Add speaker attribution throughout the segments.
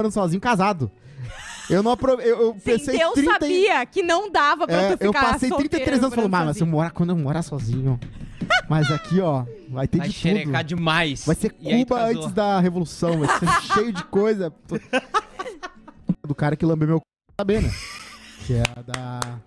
Speaker 1: morando sozinho, casado. Eu não apro... eu, eu
Speaker 2: Sim,
Speaker 1: pensei
Speaker 2: Deus
Speaker 1: 30 e-
Speaker 2: sabia que não dava pra
Speaker 1: É,
Speaker 2: tu ficar
Speaker 1: eu passei
Speaker 2: solteiro
Speaker 1: 33 anos falando,
Speaker 2: morando
Speaker 1: "Mas, mas se eu
Speaker 2: sozinho."
Speaker 1: morar quando eu morar sozinho. Mas aqui, ó, vai ter
Speaker 3: Vai
Speaker 1: de tudo.
Speaker 3: xerecar demais.
Speaker 1: Vai ser
Speaker 3: E aí tu
Speaker 1: Cuba
Speaker 3: casou.
Speaker 1: antes da revolução, vai ser cheio de coisa. Do cara que lambeu meu c... saber, né? Que é a da...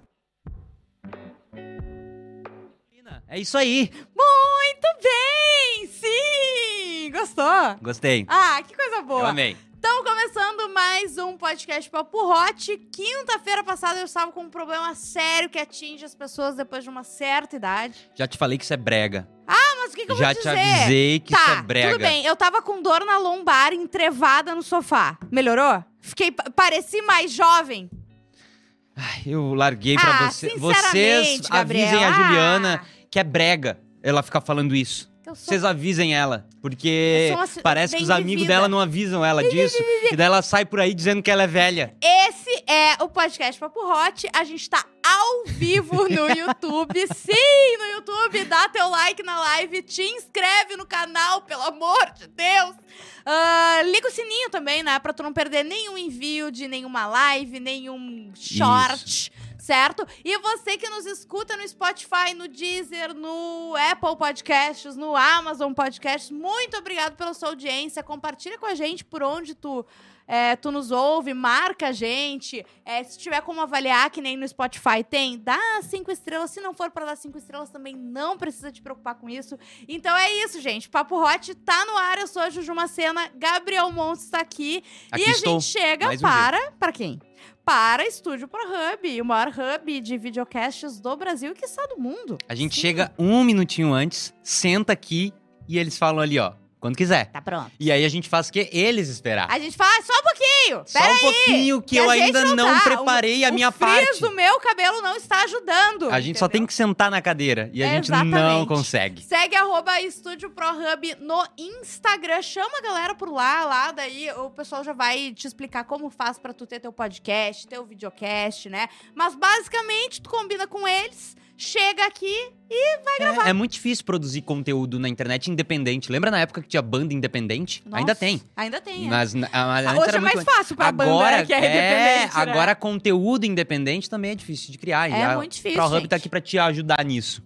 Speaker 3: É isso aí.
Speaker 2: Muito bem! Sim! Gostou?
Speaker 3: Gostei.
Speaker 2: Ah, que coisa
Speaker 3: Eu
Speaker 2: boa!
Speaker 3: amei.
Speaker 2: Estamos começando mais um podcast Papo Hot. Quinta-feira passada eu estava com um problema sério que atinge as pessoas depois de uma certa idade.
Speaker 3: Já te falei que isso é brega.
Speaker 2: Ah, mas o que, que eu
Speaker 3: Já
Speaker 2: vou
Speaker 3: te
Speaker 2: dizer?
Speaker 3: avisei que isso
Speaker 2: tá,
Speaker 3: é brega.
Speaker 2: tudo bem. Eu tava com dor na lombar, entrevada no sofá. Melhorou? Fiquei... pa- Pareci mais jovem.
Speaker 3: Ai, Eu larguei
Speaker 2: Ah,
Speaker 3: pra você. Vocês
Speaker 2: sinceramente,
Speaker 3: avisem
Speaker 2: Gabriel.
Speaker 3: a
Speaker 2: Ah.
Speaker 3: Juliana que é brega ela ficar falando isso.
Speaker 2: Eu sou...
Speaker 3: Vocês avisem ela,
Speaker 2: Eu
Speaker 3: porque
Speaker 2: sou uma se-
Speaker 3: É, parece que os
Speaker 2: bem
Speaker 3: amigos
Speaker 2: vivida.
Speaker 3: dela não avisam ela disso. e daí ela sai por aí dizendo que ela é velha.
Speaker 2: Esse é o podcast Papo Hot. A gente tá ao vivo no YouTube. Sim, no YouTube. Dá teu like na live. Te inscreve no canal, pelo amor de Deus. Ah, liga o sininho também, né? Pra tu não perder nenhum envio de nenhuma live, nenhum short. Certo? E você que nos escuta no Spotify, no Deezer, no Apple Podcasts, no Amazon Podcasts, muito obrigado pela sua audiência. Compartilha com a gente por onde tu é, tu nos ouve, marca a gente. É, se tiver como avaliar, que nem no Spotify tem, dá cinco estrelas. Se não for pra dar cinco estrelas, também não precisa te preocupar com isso. Então é isso, gente. Papo Hot tá no ar. Eu sou a Juju Macena. Gabriel Montes tá aqui.
Speaker 3: Aqui
Speaker 2: e a
Speaker 3: estou.
Speaker 2: gente chega
Speaker 3: mais um
Speaker 2: para. para quem? Para Estúdio Pro Hub, o maior hub de videocasts do Brasil e que está do mundo.
Speaker 3: A gente
Speaker 2: Sim.
Speaker 3: chega um minutinho antes, senta aqui e eles falam ali, ó, quando quiser.
Speaker 2: Tá pronto.
Speaker 3: E aí a gente faz o que eles esperar.
Speaker 2: A gente fala, "Ah, só um pouquinho!
Speaker 3: Tá. Só um pouquinho que,
Speaker 2: que
Speaker 3: eu
Speaker 2: a gente
Speaker 3: ainda
Speaker 2: não
Speaker 3: não,
Speaker 2: dá. O-
Speaker 3: preparei a minha
Speaker 2: o frizz
Speaker 3: parte.
Speaker 2: do meu cabelo não está ajudando.
Speaker 3: A gente só
Speaker 2: entendeu?
Speaker 3: tem que sentar na cadeira e a gente não
Speaker 2: Exatamente.
Speaker 3: consegue.
Speaker 2: Segue arroba Estúdio Pro Hub no Instagram. Chama a galera por lá, lá daí o pessoal já vai te explicar como faz pra tu ter teu podcast, teu videocast, né? Mas basicamente tu combina com eles, chega aqui.
Speaker 3: É, é muito difícil produzir conteúdo na internet independente. Lembra na época que tinha banda independente?
Speaker 2: Nossa,
Speaker 3: Ainda tem.
Speaker 2: Ainda tem. é.
Speaker 3: Mas na- a- antes
Speaker 2: Hoje
Speaker 3: era
Speaker 2: é
Speaker 3: muito
Speaker 2: mais fácil pra banda que é independente. né?
Speaker 3: agora conteúdo independente também é difícil de criar. e
Speaker 2: É
Speaker 3: a
Speaker 2: muito difícil,
Speaker 3: ProHub
Speaker 2: gente.
Speaker 3: tá aqui pra te ajudar nisso.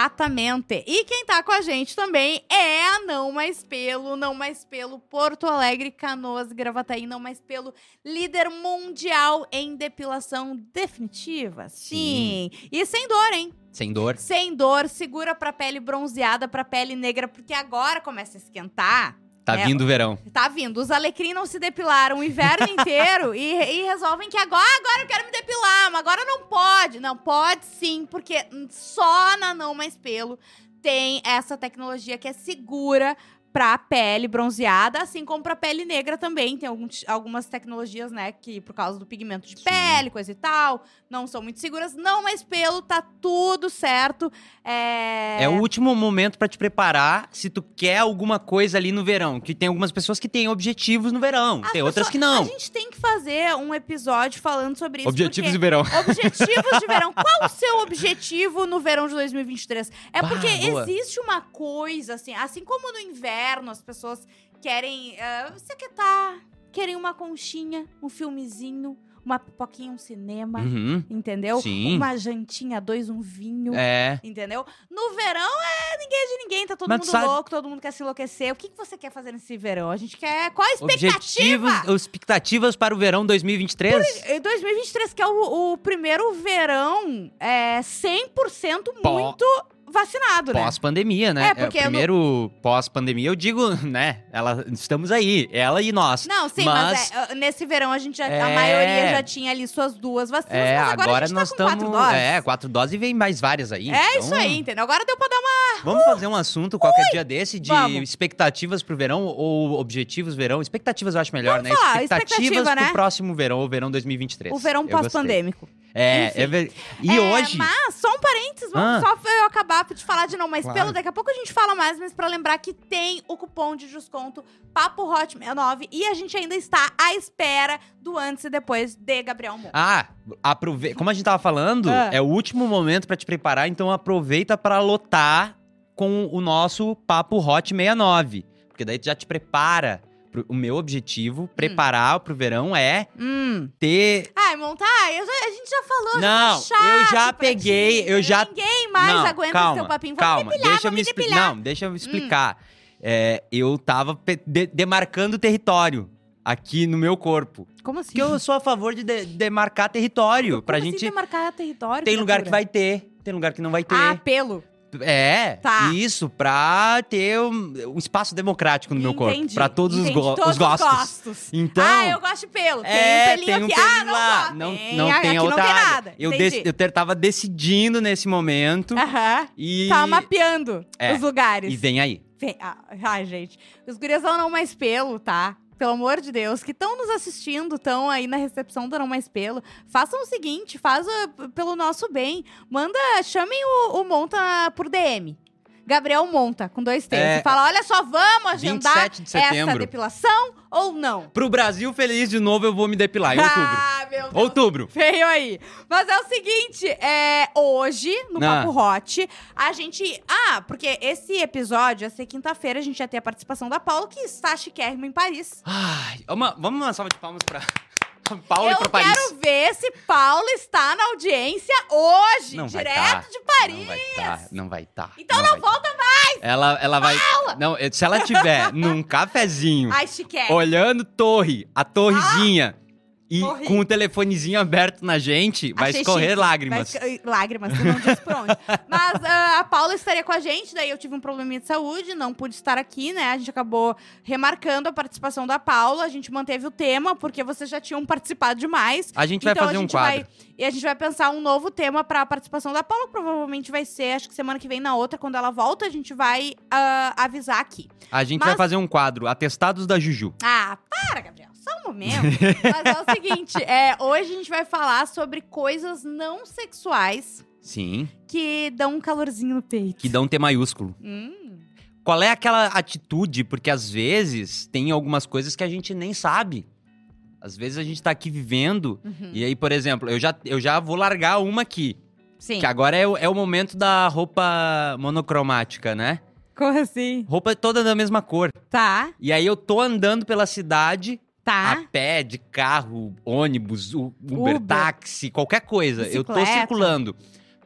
Speaker 2: Exatamente. E quem tá com a gente também é a Não Mais Pelo, Não Mais Pelo Porto Alegre, Canoas, Gravataí, Não Mais Pelo, líder mundial em depilação definitiva. Sim. E sem dor, hein?
Speaker 3: Sem dor.
Speaker 2: Sem dor, segura pra pele bronzeada, pra pele negra, porque agora começa a esquentar.
Speaker 3: Tá
Speaker 2: É.
Speaker 3: vindo o verão.
Speaker 2: Tá vindo. Os alecrim não se depilaram o inverno inteiro e, e resolvem que agora, "Ah, agora eu quero me depilar, mas agora não pode. Não, pode sim, porque só na Não Mais Pelo tem essa tecnologia que é segura pra pele bronzeada, assim como pra pele negra também. Tem alguns- algumas tecnologias, né, que por causa do pigmento de pele, coisa e tal, não são muito seguras. Não Mais Pelo, tá tudo certo. É...
Speaker 3: É o último momento pra te preparar se tu quer alguma coisa ali no verão. Que tem algumas pessoas que têm objetivos no verão,
Speaker 2: As
Speaker 3: tem é outras
Speaker 2: pessoas-
Speaker 3: que
Speaker 2: A
Speaker 3: não.
Speaker 2: gente tem que fazer um episódio falando sobre isso.
Speaker 3: Objetivos
Speaker 2: porque-
Speaker 3: de verão.
Speaker 2: Objetivos de verão. Qual o seu objetivo no verão de 2023? É
Speaker 3: Bah,
Speaker 2: porque
Speaker 3: boa.
Speaker 2: existe uma coisa, assim, assim como no inverno as pessoas querem ah, se aquietar, querem uma conchinha, um filmezinho, uma pipoquinha, um cinema,
Speaker 3: Uhum.
Speaker 2: entendeu?
Speaker 3: Sim.
Speaker 2: Uma jantinha, dois, um vinho.
Speaker 3: É.
Speaker 2: Entendeu? No verão é ninguém é de ninguém, tá todo
Speaker 3: Mas tu
Speaker 2: mundo
Speaker 3: sabe-
Speaker 2: louco, todo mundo quer se enlouquecer. O que, que você quer fazer nesse verão? A gente quer. Qual a expectativa?
Speaker 3: Objetivos, expectativas para o verão 2023?
Speaker 2: Em 2023, que é o, o primeiro verão é 100%
Speaker 3: Pó.
Speaker 2: muito vacinado, né?
Speaker 3: Pós-pandemia, né?
Speaker 2: É,
Speaker 3: É,
Speaker 2: porque
Speaker 3: o
Speaker 2: eu não-
Speaker 3: primeiro pós-pandemia, eu digo, né? Ela, estamos aí, ela e nós.
Speaker 2: Não, sim, mas, é, nesse verão a gente já, a
Speaker 3: É.
Speaker 2: maioria já tinha ali suas duas vacinas,
Speaker 3: É,
Speaker 2: mas
Speaker 3: agora,
Speaker 2: agora, a gente
Speaker 3: nós
Speaker 2: tá com quatro
Speaker 3: estamos.
Speaker 2: doses.
Speaker 3: é, quatro doses e vem mais várias aí.
Speaker 2: É
Speaker 3: então,
Speaker 2: isso aí, entendeu? Agora deu pra dar uma.
Speaker 3: Vamos fazer um assunto qualquer dia desse de
Speaker 2: Vamos.
Speaker 3: expectativas pro verão ou objetivos verão. Expectativas eu acho melhor, né?
Speaker 2: falar,
Speaker 3: expectativas
Speaker 2: expectativa,
Speaker 3: pro
Speaker 2: né?
Speaker 3: próximo verão ou verão 2023.
Speaker 2: O verão
Speaker 3: Eu gostei.
Speaker 2: pós-pandêmico. Enfim.
Speaker 3: É, é ver... E
Speaker 2: É,
Speaker 3: hoje.
Speaker 2: Mas, só um parênteses, vamos
Speaker 3: Ah.
Speaker 2: só eu acabar de falar de não mais
Speaker 3: Claro.
Speaker 2: pelo. Daqui a pouco a gente fala mais, mas pra lembrar que tem o cupom de desconto Papo Hot 69 e a gente ainda está à espera do antes e depois de Gabriel Mon.
Speaker 3: Ah, aprove... como a gente tava falando,
Speaker 2: Ah.
Speaker 3: é o último momento pra te preparar, então aproveita pra lotar com o nosso Papo Hot 69. Porque daí tu já te prepara pro- o meu objetivo, preparar pro verão, é
Speaker 2: Hum.
Speaker 3: ter.
Speaker 2: Ai, montar, eu já- a gente já falou, já
Speaker 3: Não,
Speaker 2: tá chato
Speaker 3: eu já
Speaker 2: pra
Speaker 3: peguei,
Speaker 2: ti.
Speaker 3: eu já-
Speaker 2: Ninguém mais
Speaker 3: não,
Speaker 2: aguenta
Speaker 3: calma,
Speaker 2: o seu papinho. Vamos
Speaker 3: Calma,
Speaker 2: depilar,
Speaker 3: deixa eu
Speaker 2: vamos
Speaker 3: me expli-
Speaker 2: depilar. Hum.
Speaker 3: Não, deixa eu explicar. É, eu tava pe- de- demarcando território aqui no meu corpo.
Speaker 2: Como assim?
Speaker 3: Porque eu sou a favor de, de- demarcar território.
Speaker 2: Como
Speaker 3: pra
Speaker 2: assim
Speaker 3: gente.
Speaker 2: demarcar território,
Speaker 3: Tem lugar que
Speaker 2: criatura?
Speaker 3: vai ter, tem lugar que não vai ter.
Speaker 2: Ah, pelo.
Speaker 3: É,
Speaker 2: Tá.
Speaker 3: isso, pra ter um, um espaço democrático no meu corpo.
Speaker 2: Entendi.
Speaker 3: Pra todos os,
Speaker 2: Entendi,
Speaker 3: go-
Speaker 2: todos
Speaker 3: os gostos. Então.
Speaker 2: ah, eu gosto de pelo. Tem
Speaker 3: é,
Speaker 2: um pelinho
Speaker 3: tem um
Speaker 2: aqui. ah,
Speaker 3: pelinho
Speaker 2: não
Speaker 3: lá.
Speaker 2: gosto.
Speaker 3: Não,
Speaker 2: Tem,
Speaker 3: não
Speaker 2: aqui
Speaker 3: tem
Speaker 2: não
Speaker 3: outra
Speaker 2: tem
Speaker 3: área.
Speaker 2: nada.
Speaker 3: Eu,
Speaker 2: Entendi. Tá.
Speaker 3: dec- eu ter- tava decidindo nesse momento.
Speaker 2: Aham.
Speaker 3: E,
Speaker 2: Tava mapeando
Speaker 3: É,
Speaker 2: os lugares.
Speaker 3: e vem aí.
Speaker 2: Vem- Ah, ai, gente. Os gurizão não mais pelo, tá? Pelo amor de Deus, que estão nos assistindo, estão aí na recepção do Não Mais Pelo. Façam o seguinte, faz ah, pelo nosso bem. Manda, chamem o, o Monta por DM. Gabriel Monta, com dois T's.
Speaker 3: É.
Speaker 2: e fala, olha só, vamos agendar
Speaker 3: 27 de
Speaker 2: essa
Speaker 3: setembro.
Speaker 2: depilação ou não?
Speaker 3: Pro Brasil feliz de novo, eu vou me depilar em outubro.
Speaker 2: Ah, meu Deus.
Speaker 3: Outubro.
Speaker 2: Veio aí. Mas é o seguinte, é, hoje, no
Speaker 3: Ah.
Speaker 2: Papo Hot, a gente. Ah, porque esse episódio, ia ser quinta-feira, a gente ia ter a participação da Paula, que está chiquérrima em Paris.
Speaker 3: Ai, uma- vamos uma salva de palmas pra Paulo e
Speaker 2: Eu
Speaker 3: pra
Speaker 2: quero
Speaker 3: Paris.
Speaker 2: ver se Paula está na audiência hoje,
Speaker 3: Não vai
Speaker 2: direto
Speaker 3: tá.
Speaker 2: de Paris.
Speaker 3: Não vai tá, não vai tá.
Speaker 2: Então não,
Speaker 3: vai tá.
Speaker 2: volta mais.
Speaker 3: Ela, ela vai. Não, eu- se ela tiver num cafezinho,
Speaker 2: Ai, chiquérrima.
Speaker 3: olhando torre, a torrezinha, e
Speaker 2: Ah! torre.
Speaker 3: com o telefonezinho aberto na gente, vai
Speaker 2: Achei
Speaker 3: escorrer
Speaker 2: chique.
Speaker 3: lágrimas.
Speaker 2: Vai esco- lágrimas, tu não disse por onde. Mas ah, a Paula estaria com a gente, daí eu tive um probleminha de saúde, não pude estar aqui, né? A gente acabou remarcando a participação da Paula, a gente manteve o tema, porque vocês já tinham participado demais.
Speaker 3: A gente vai fazer um quadro.
Speaker 2: Então, vai- e a gente vai pensar um novo tema pra participação da Paula, que provavelmente vai ser, acho que semana que vem, na outra, quando ela volta, a gente vai ah, avisar aqui.
Speaker 3: A gente
Speaker 2: Mas-
Speaker 3: vai fazer um quadro, Atestados da Juju.
Speaker 2: Ah, para, Gabriel, só um momento. Mas é o seguinte, é, hoje a gente vai falar sobre coisas não sexuais
Speaker 3: Sim,
Speaker 2: que dão um calorzinho no peito.
Speaker 3: que dá um T maiúsculo.
Speaker 2: Hum.
Speaker 3: Qual é aquela atitude? Porque às vezes tem algumas coisas que a gente nem sabe. Às vezes a gente tá aqui vivendo.
Speaker 2: Uhum.
Speaker 3: E aí, por exemplo, eu já, eu já vou largar uma aqui.
Speaker 2: Sim.
Speaker 3: Que agora é, o- é o momento da roupa monocromática, né?
Speaker 2: Como assim?
Speaker 3: Roupa toda da mesma cor.
Speaker 2: Tá,
Speaker 3: E aí eu tô andando pela cidade, a
Speaker 2: tá.
Speaker 3: pé, de carro, ônibus, u- Uber,
Speaker 2: Uber.
Speaker 3: táxi, qualquer coisa. Eu tô
Speaker 2: Bicicleta.
Speaker 3: circulando.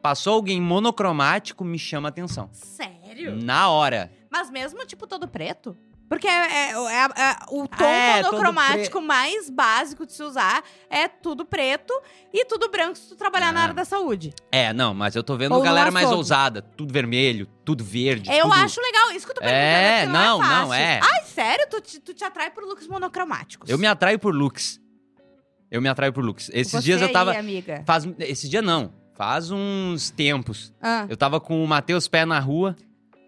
Speaker 3: Passou alguém monocromático, me chama a atenção.
Speaker 2: Sério?
Speaker 3: Na hora.
Speaker 2: Mas mesmo, tipo, todo preto? Porque é, é- é- é- o tom
Speaker 3: É, todo
Speaker 2: monocromático mais básico de se usar é tudo preto e tudo branco se tu trabalhar na
Speaker 3: Ah.
Speaker 2: área da saúde.
Speaker 3: É, não, mas eu tô vendo
Speaker 2: Ou
Speaker 3: galera
Speaker 2: no
Speaker 3: mais
Speaker 2: açougue.
Speaker 3: ousada. Tudo vermelho, tudo verde.
Speaker 2: Eu
Speaker 3: tudo-
Speaker 2: acho legal, isso que eu tô perguntando.
Speaker 3: É,
Speaker 2: porque
Speaker 3: não,
Speaker 2: não, é
Speaker 3: não,
Speaker 2: fácil.
Speaker 3: é.
Speaker 2: Ai, sério? Tu te, tu te atrai por looks monocromáticos.
Speaker 3: Eu me atraio por looks. Eu me atraio por looks. Esses
Speaker 2: Você
Speaker 3: dias eu tava.
Speaker 2: Aí, é- amiga.
Speaker 3: Faz... Esse dia não. Faz uns tempos.
Speaker 2: Ah.
Speaker 3: Eu tava com o Matheus Pé na rua.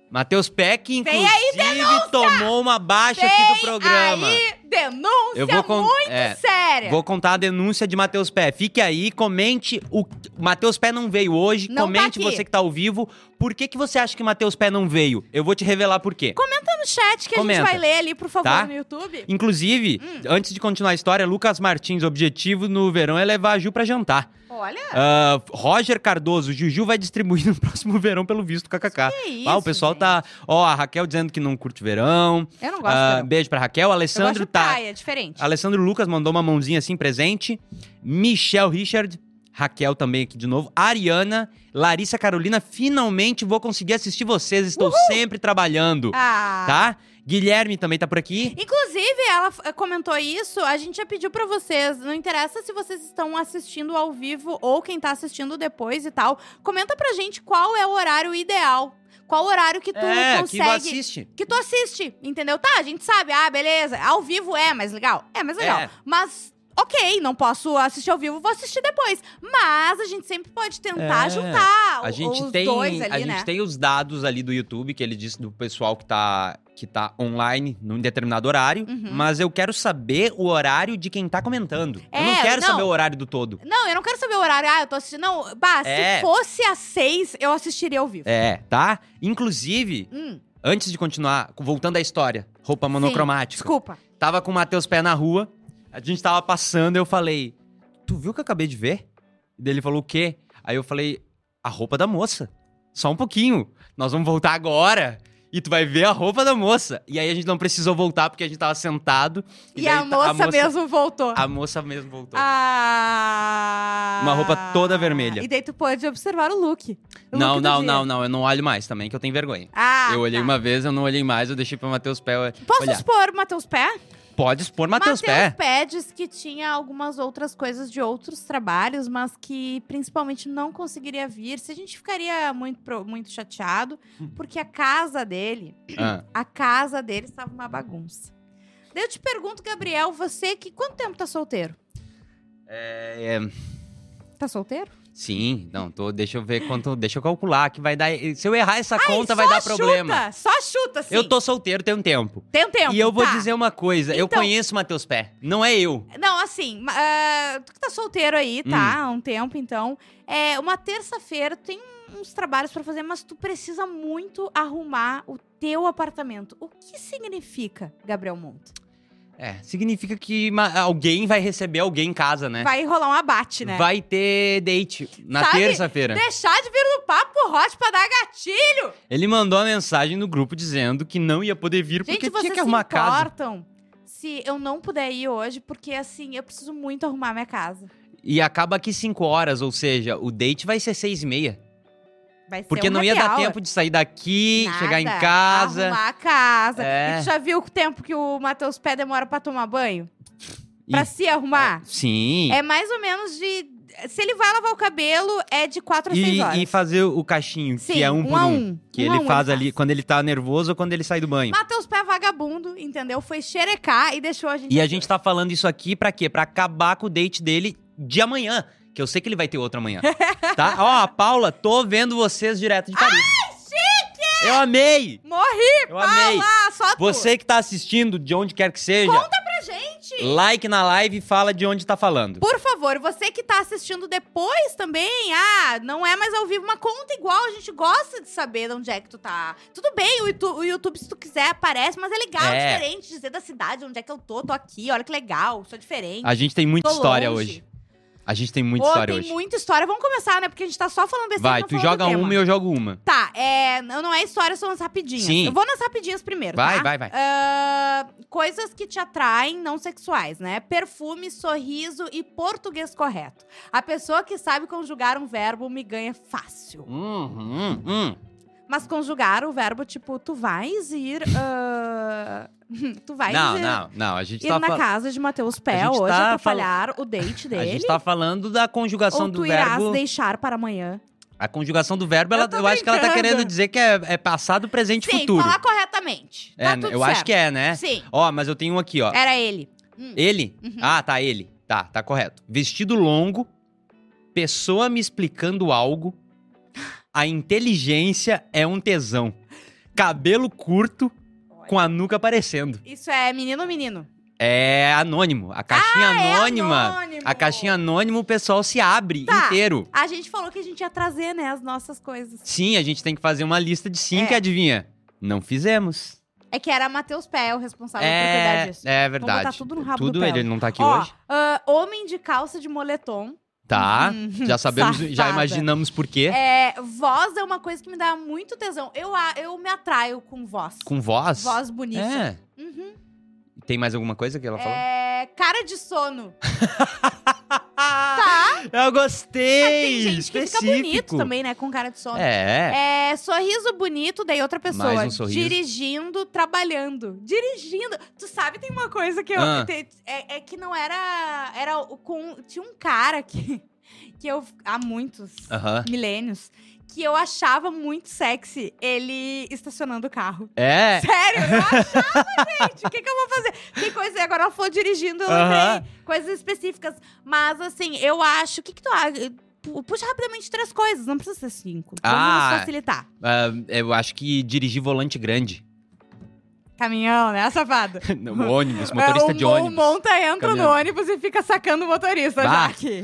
Speaker 3: Matheus Pé, que
Speaker 2: Vem
Speaker 3: inclusive tomou uma baixa aqui do programa.
Speaker 2: Aí, denúncia
Speaker 3: eu vou con-
Speaker 2: muito
Speaker 3: é,
Speaker 2: séria.
Speaker 3: Vou contar a denúncia de Matheus Pé. Fique aí, comente. O Matheus Pé não veio hoje.
Speaker 2: Não tá
Speaker 3: comente
Speaker 2: aqui.
Speaker 3: você que tá ao vivo. Por que, que você acha que Matheus Pé não veio? Eu vou te revelar por quê.
Speaker 2: no chat que
Speaker 3: Comenta.
Speaker 2: a gente vai ler ali, por favor,
Speaker 3: Tá?
Speaker 2: no YouTube.
Speaker 3: Inclusive,
Speaker 2: Hum.
Speaker 3: antes de continuar a história, Lucas Martins, objetivo no verão é levar a Ju pra jantar.
Speaker 2: Olha,
Speaker 3: Ah, Roger Cardoso, Juju vai distribuir no próximo verão, pelo visto, kkk.
Speaker 2: que É isso.
Speaker 3: Ah, o pessoal
Speaker 2: gente.
Speaker 3: tá. Ó, a Raquel dizendo que não curte verão.
Speaker 2: Eu não gosto
Speaker 3: Ah,
Speaker 2: de verão.
Speaker 3: beijo pra Raquel.
Speaker 2: Eu gosto
Speaker 3: Alessandro
Speaker 2: de
Speaker 3: tá.
Speaker 2: praia, é diferente.
Speaker 3: Alessandro Lucas mandou uma mãozinha assim presente. Michel Richard. Raquel também aqui de novo. Ariana. Larissa Carolina. Finalmente vou conseguir assistir vocês. Estou sempre trabalhando.
Speaker 2: Ah.
Speaker 3: Tá? Guilherme também tá por aqui.
Speaker 2: Inclusive, ela f- eh, comentou isso, a gente já pediu pra vocês, não interessa se vocês estão assistindo ao vivo ou quem tá assistindo depois e tal, comenta pra gente qual é o horário ideal, qual horário que tu
Speaker 3: é, que
Speaker 2: consegue...
Speaker 3: assiste.
Speaker 2: que tu assiste, entendeu? Tá, a gente sabe, ah, beleza, ao vivo é mais legal. É mais legal.
Speaker 3: É.
Speaker 2: Mas, ok, não posso assistir ao vivo, vou assistir depois. Mas a gente sempre pode tentar
Speaker 3: É.
Speaker 2: juntar
Speaker 3: A
Speaker 2: Tá o-
Speaker 3: gente
Speaker 2: os
Speaker 3: tem,
Speaker 2: dois ali,
Speaker 3: a gente
Speaker 2: né?
Speaker 3: tem os dados ali do YouTube que ele disse do pessoal que tá que tá online num determinado horário,
Speaker 2: Uhum.
Speaker 3: mas eu quero saber o horário de quem tá comentando. eu
Speaker 2: É,
Speaker 3: não quero
Speaker 2: não.
Speaker 3: saber o horário do todo.
Speaker 2: Não, eu não quero saber o horário. Ah, eu tô assistindo. Não, bah,
Speaker 3: É.
Speaker 2: se fosse às seis, eu assistiria ao vivo.
Speaker 3: É, tá? Inclusive,
Speaker 2: Hum,
Speaker 3: antes de continuar, voltando à história, roupa monocromática.
Speaker 2: desculpa.
Speaker 3: Tava com o Matheus Pé na rua, a gente tava passando, eu falei, tu viu o que eu acabei de ver? E daí ele falou, o quê? Aí eu falei, a roupa da moça. Só um pouquinho. Nós vamos voltar agora. e tu vai ver a roupa da moça. E aí a gente não precisou voltar porque a gente tava sentado.
Speaker 2: E
Speaker 3: daí
Speaker 2: a
Speaker 3: tá-
Speaker 2: moça, mesmo voltou.
Speaker 3: A moça mesmo voltou.
Speaker 2: Ah!
Speaker 3: Uma roupa toda vermelha.
Speaker 2: E daí tu pode observar o look. O
Speaker 3: não,
Speaker 2: look do
Speaker 3: não,
Speaker 2: dia.
Speaker 3: não, não. Eu não olho mais também, que eu tenho vergonha.
Speaker 2: Ah,
Speaker 3: eu olhei
Speaker 2: tá.
Speaker 3: uma vez, eu não olhei mais, eu deixei pra Matheus Pé olhar.
Speaker 2: Posso expor Matheus Pé?
Speaker 3: Pode expor Matheus Pé.
Speaker 2: Pé diz que tinha algumas outras coisas de outros trabalhos, mas que principalmente não conseguiria vir. Se a gente ficaria muito, pro- muito chateado,
Speaker 3: Hum.
Speaker 2: porque a casa dele,
Speaker 3: Ah.
Speaker 2: a casa dele estava uma bagunça. Daí eu te pergunto, Gabriel, você que quanto tempo tá solteiro?
Speaker 3: É, é,
Speaker 2: Tá solteiro?
Speaker 3: sim, não, tô, deixa eu ver quanto. Deixa eu calcular que vai dar. Se eu errar essa conta, vai
Speaker 2: Só
Speaker 3: dar problema.
Speaker 2: Chuta, só chuta, sim.
Speaker 3: Eu tô solteiro tem um tempo.
Speaker 2: Tem um tempo.
Speaker 3: E eu vou
Speaker 2: tá.
Speaker 3: dizer uma coisa, eu
Speaker 2: Então-
Speaker 3: conheço Matheus Pé, não é eu.
Speaker 2: Não, assim, ma- ah, tu que tá solteiro aí,
Speaker 3: Hum.
Speaker 2: tá? Há um tempo, então. É, uma terça-feira tu tem um- uns trabalhos pra fazer, mas tu precisa muito arrumar o teu apartamento. O que significa, Gabriel Monte?
Speaker 3: É, significa que ma- alguém vai receber alguém em casa, né?
Speaker 2: Vai rolar um abate, né?
Speaker 3: Vai né? ter date na
Speaker 2: Sabe-
Speaker 3: terça-feira.
Speaker 2: Deixar de vir no papo hot pra dar gatilho.
Speaker 3: Ele mandou uma mensagem no grupo dizendo que não ia poder vir porque
Speaker 2: Gente,
Speaker 3: tinha
Speaker 2: vocês
Speaker 3: que
Speaker 2: se
Speaker 3: arrumar a casa.
Speaker 2: importam se eu não puder ir hoje, porque assim, eu preciso muito arrumar minha casa.
Speaker 3: E acaba aqui 5 horas, ou seja, o date vai ser 6 e meia.
Speaker 2: Vai ser
Speaker 3: Porque
Speaker 2: um
Speaker 3: não ia
Speaker 2: happy
Speaker 3: dar
Speaker 2: hour.
Speaker 3: tempo de sair daqui,
Speaker 2: Nada.
Speaker 3: chegar em casa.
Speaker 2: Arrumar a casa.
Speaker 3: É.
Speaker 2: E tu já viu o tempo que o Matheus Pé demora pra tomar banho?
Speaker 3: E-
Speaker 2: Pra se arrumar?
Speaker 3: Sim.
Speaker 2: É mais ou menos de. Se ele vai lavar o cabelo, é de 4 a 6 horas.
Speaker 3: E, e fazer o cachinho,
Speaker 2: Sim,
Speaker 3: que é um, por
Speaker 2: a
Speaker 3: um.
Speaker 2: um.
Speaker 3: Que
Speaker 2: Um a
Speaker 3: ele
Speaker 2: um
Speaker 3: faz ali quando ele tá nervoso ou quando ele sai do banho.
Speaker 2: Matheus Pé é vagabundo, entendeu? Foi xerecar e deixou a gente.
Speaker 3: E a gente tá falando isso aqui pra quê? Pra acabar com o date dele de amanhã. Que eu sei que ele vai ter outro amanhã. tá? Ó, a Paula, tô vendo vocês direto de Paris. Ai, chique! Eu amei!
Speaker 2: Morri,
Speaker 3: Eu amei!
Speaker 2: Paula! Só tu.
Speaker 3: Você que tá assistindo, de onde quer que seja,
Speaker 2: pra gente!
Speaker 3: like na live e fala de onde tá falando.
Speaker 2: Por favor, você que tá assistindo depois também, ah, não é mais ao vivo, mas conta igual, a gente gosta de saber de onde é que tu tá. Tudo bem, o Itu- o YouTube, se tu quiser, aparece, mas é legal,
Speaker 3: É.
Speaker 2: diferente, dizer da cidade, onde é que eu tô, tô aqui, olha que legal, sou diferente.
Speaker 3: A gente tem muita
Speaker 2: Tô
Speaker 3: história
Speaker 2: longe.
Speaker 3: hoje. A gente tem muita
Speaker 2: Ô,
Speaker 3: história
Speaker 2: tem
Speaker 3: hoje.
Speaker 2: muita história, vamos começar, né, porque a gente tá só falando besteira.
Speaker 3: Vai,
Speaker 2: não
Speaker 3: tu
Speaker 2: falando
Speaker 3: joga
Speaker 2: do tema.
Speaker 3: uma e eu jogo uma.
Speaker 2: Tá, é, não não é história, são as rapidinhas.
Speaker 3: Sim.
Speaker 2: Eu vou nas rapidinhas primeiro,
Speaker 3: Vai,
Speaker 2: tá?
Speaker 3: vai, vai.
Speaker 2: Ah, coisas que te atraem não sexuais, né? Perfume, sorriso e português correto. A pessoa que sabe conjugar um verbo me ganha fácil.
Speaker 3: Hum, hum, hum.
Speaker 2: Mas conjugar o verbo tipo, tu vais ir. ah, tu vais
Speaker 3: Não,
Speaker 2: ir,
Speaker 3: não, não. A gente
Speaker 2: ir
Speaker 3: tá
Speaker 2: é na
Speaker 3: falando.
Speaker 2: casa de Matheus Pé
Speaker 3: gente
Speaker 2: hoje
Speaker 3: tá
Speaker 2: atrapalhar o date
Speaker 3: A
Speaker 2: dele.
Speaker 3: gente tá falando da conjugação
Speaker 2: ou
Speaker 3: do
Speaker 2: tu irás
Speaker 3: verbo.
Speaker 2: deixar para amanhã.
Speaker 3: A conjugação do verbo, ela-
Speaker 2: Eu
Speaker 3: eu,
Speaker 2: tô
Speaker 3: acho que ela tá
Speaker 2: brincando.
Speaker 3: querendo dizer que é, é passado, presente e
Speaker 2: Sim,
Speaker 3: futuro.
Speaker 2: falar corretamente.
Speaker 3: É,
Speaker 2: tá tudo
Speaker 3: eu
Speaker 2: certo.
Speaker 3: acho que é, né?
Speaker 2: Sim,
Speaker 3: Ó, mas eu tenho um aqui, ó.
Speaker 2: era ele. Hum.
Speaker 3: Ele?
Speaker 2: Uhum.
Speaker 3: Ah, tá, ele. Tá, tá correto. Vestido longo, pessoa me explicando algo, a inteligência é um tesão. Cabelo curto, com a nuca aparecendo.
Speaker 2: Isso é menino ou menino?
Speaker 3: É anônimo. A caixinha anônima.
Speaker 2: É anônimo.
Speaker 3: A caixinha anônima, o pessoal se abre
Speaker 2: Tá.
Speaker 3: inteiro.
Speaker 2: A gente falou que a gente ia trazer, né, as nossas coisas.
Speaker 3: Sim, a gente tem que fazer uma lista de cinco,
Speaker 2: É.
Speaker 3: adivinha? Não fizemos.
Speaker 2: É que era Matheus Pé o responsável por cuidar
Speaker 3: É,
Speaker 2: disso.
Speaker 3: é verdade.
Speaker 2: Então botar tudo no rabo do pé
Speaker 3: ele, ele não tá aqui
Speaker 2: Ó,
Speaker 3: hoje.
Speaker 2: ah, homem de calça de moletom.
Speaker 3: Tá.
Speaker 2: Hum,
Speaker 3: já sabemos, já
Speaker 2: safada.
Speaker 3: imaginamos por quê.
Speaker 2: É, voz é uma coisa que me dá muito tesão. Eu, a- eu me atraio com voz.
Speaker 3: Com voz.
Speaker 2: Voz bonita.
Speaker 3: É. tá
Speaker 2: Uhum.
Speaker 3: Tem mais alguma coisa que ela falou?
Speaker 2: É, cara de sono. tá.
Speaker 3: Eu gostei!
Speaker 2: Ah, Tem gente que
Speaker 3: específico.
Speaker 2: fica bonito também, né, com cara de sono.
Speaker 3: É.
Speaker 2: É, sorriso bonito, daí outra pessoa.
Speaker 3: Mais um sorriso.
Speaker 2: Dirigindo, trabalhando. Dirigindo. Tu sabe, tem uma coisa que eu.
Speaker 3: Ah.
Speaker 2: te- é, é que não era. Era o- com. Tinha um cara que, que eu. Há muitos
Speaker 3: Aham.
Speaker 2: milênios. Que eu achava muito sexy ele estacionando o carro.
Speaker 3: É.
Speaker 2: Sério, eu achava, gente. O que, que eu vou fazer? Tem coisa. Agora ela falou dirigindo, eu
Speaker 3: Aham.
Speaker 2: lembrei. Coisas específicas. Mas, assim, eu acho. O que, que tu acha? Pu- Puxa rapidamente três coisas, não precisa ser cinco.
Speaker 3: Ah.
Speaker 2: Vamos facilitar.
Speaker 3: Ah, eu acho que dirigir volante grande.
Speaker 2: Caminhão, né, safado?
Speaker 3: No ônibus, motorista
Speaker 2: É, o,
Speaker 3: de
Speaker 2: Mo-
Speaker 3: ônibus.
Speaker 2: O monta entra
Speaker 3: Caminhão.
Speaker 2: no ônibus e fica sacando o motorista já
Speaker 3: Bah.
Speaker 2: aqui.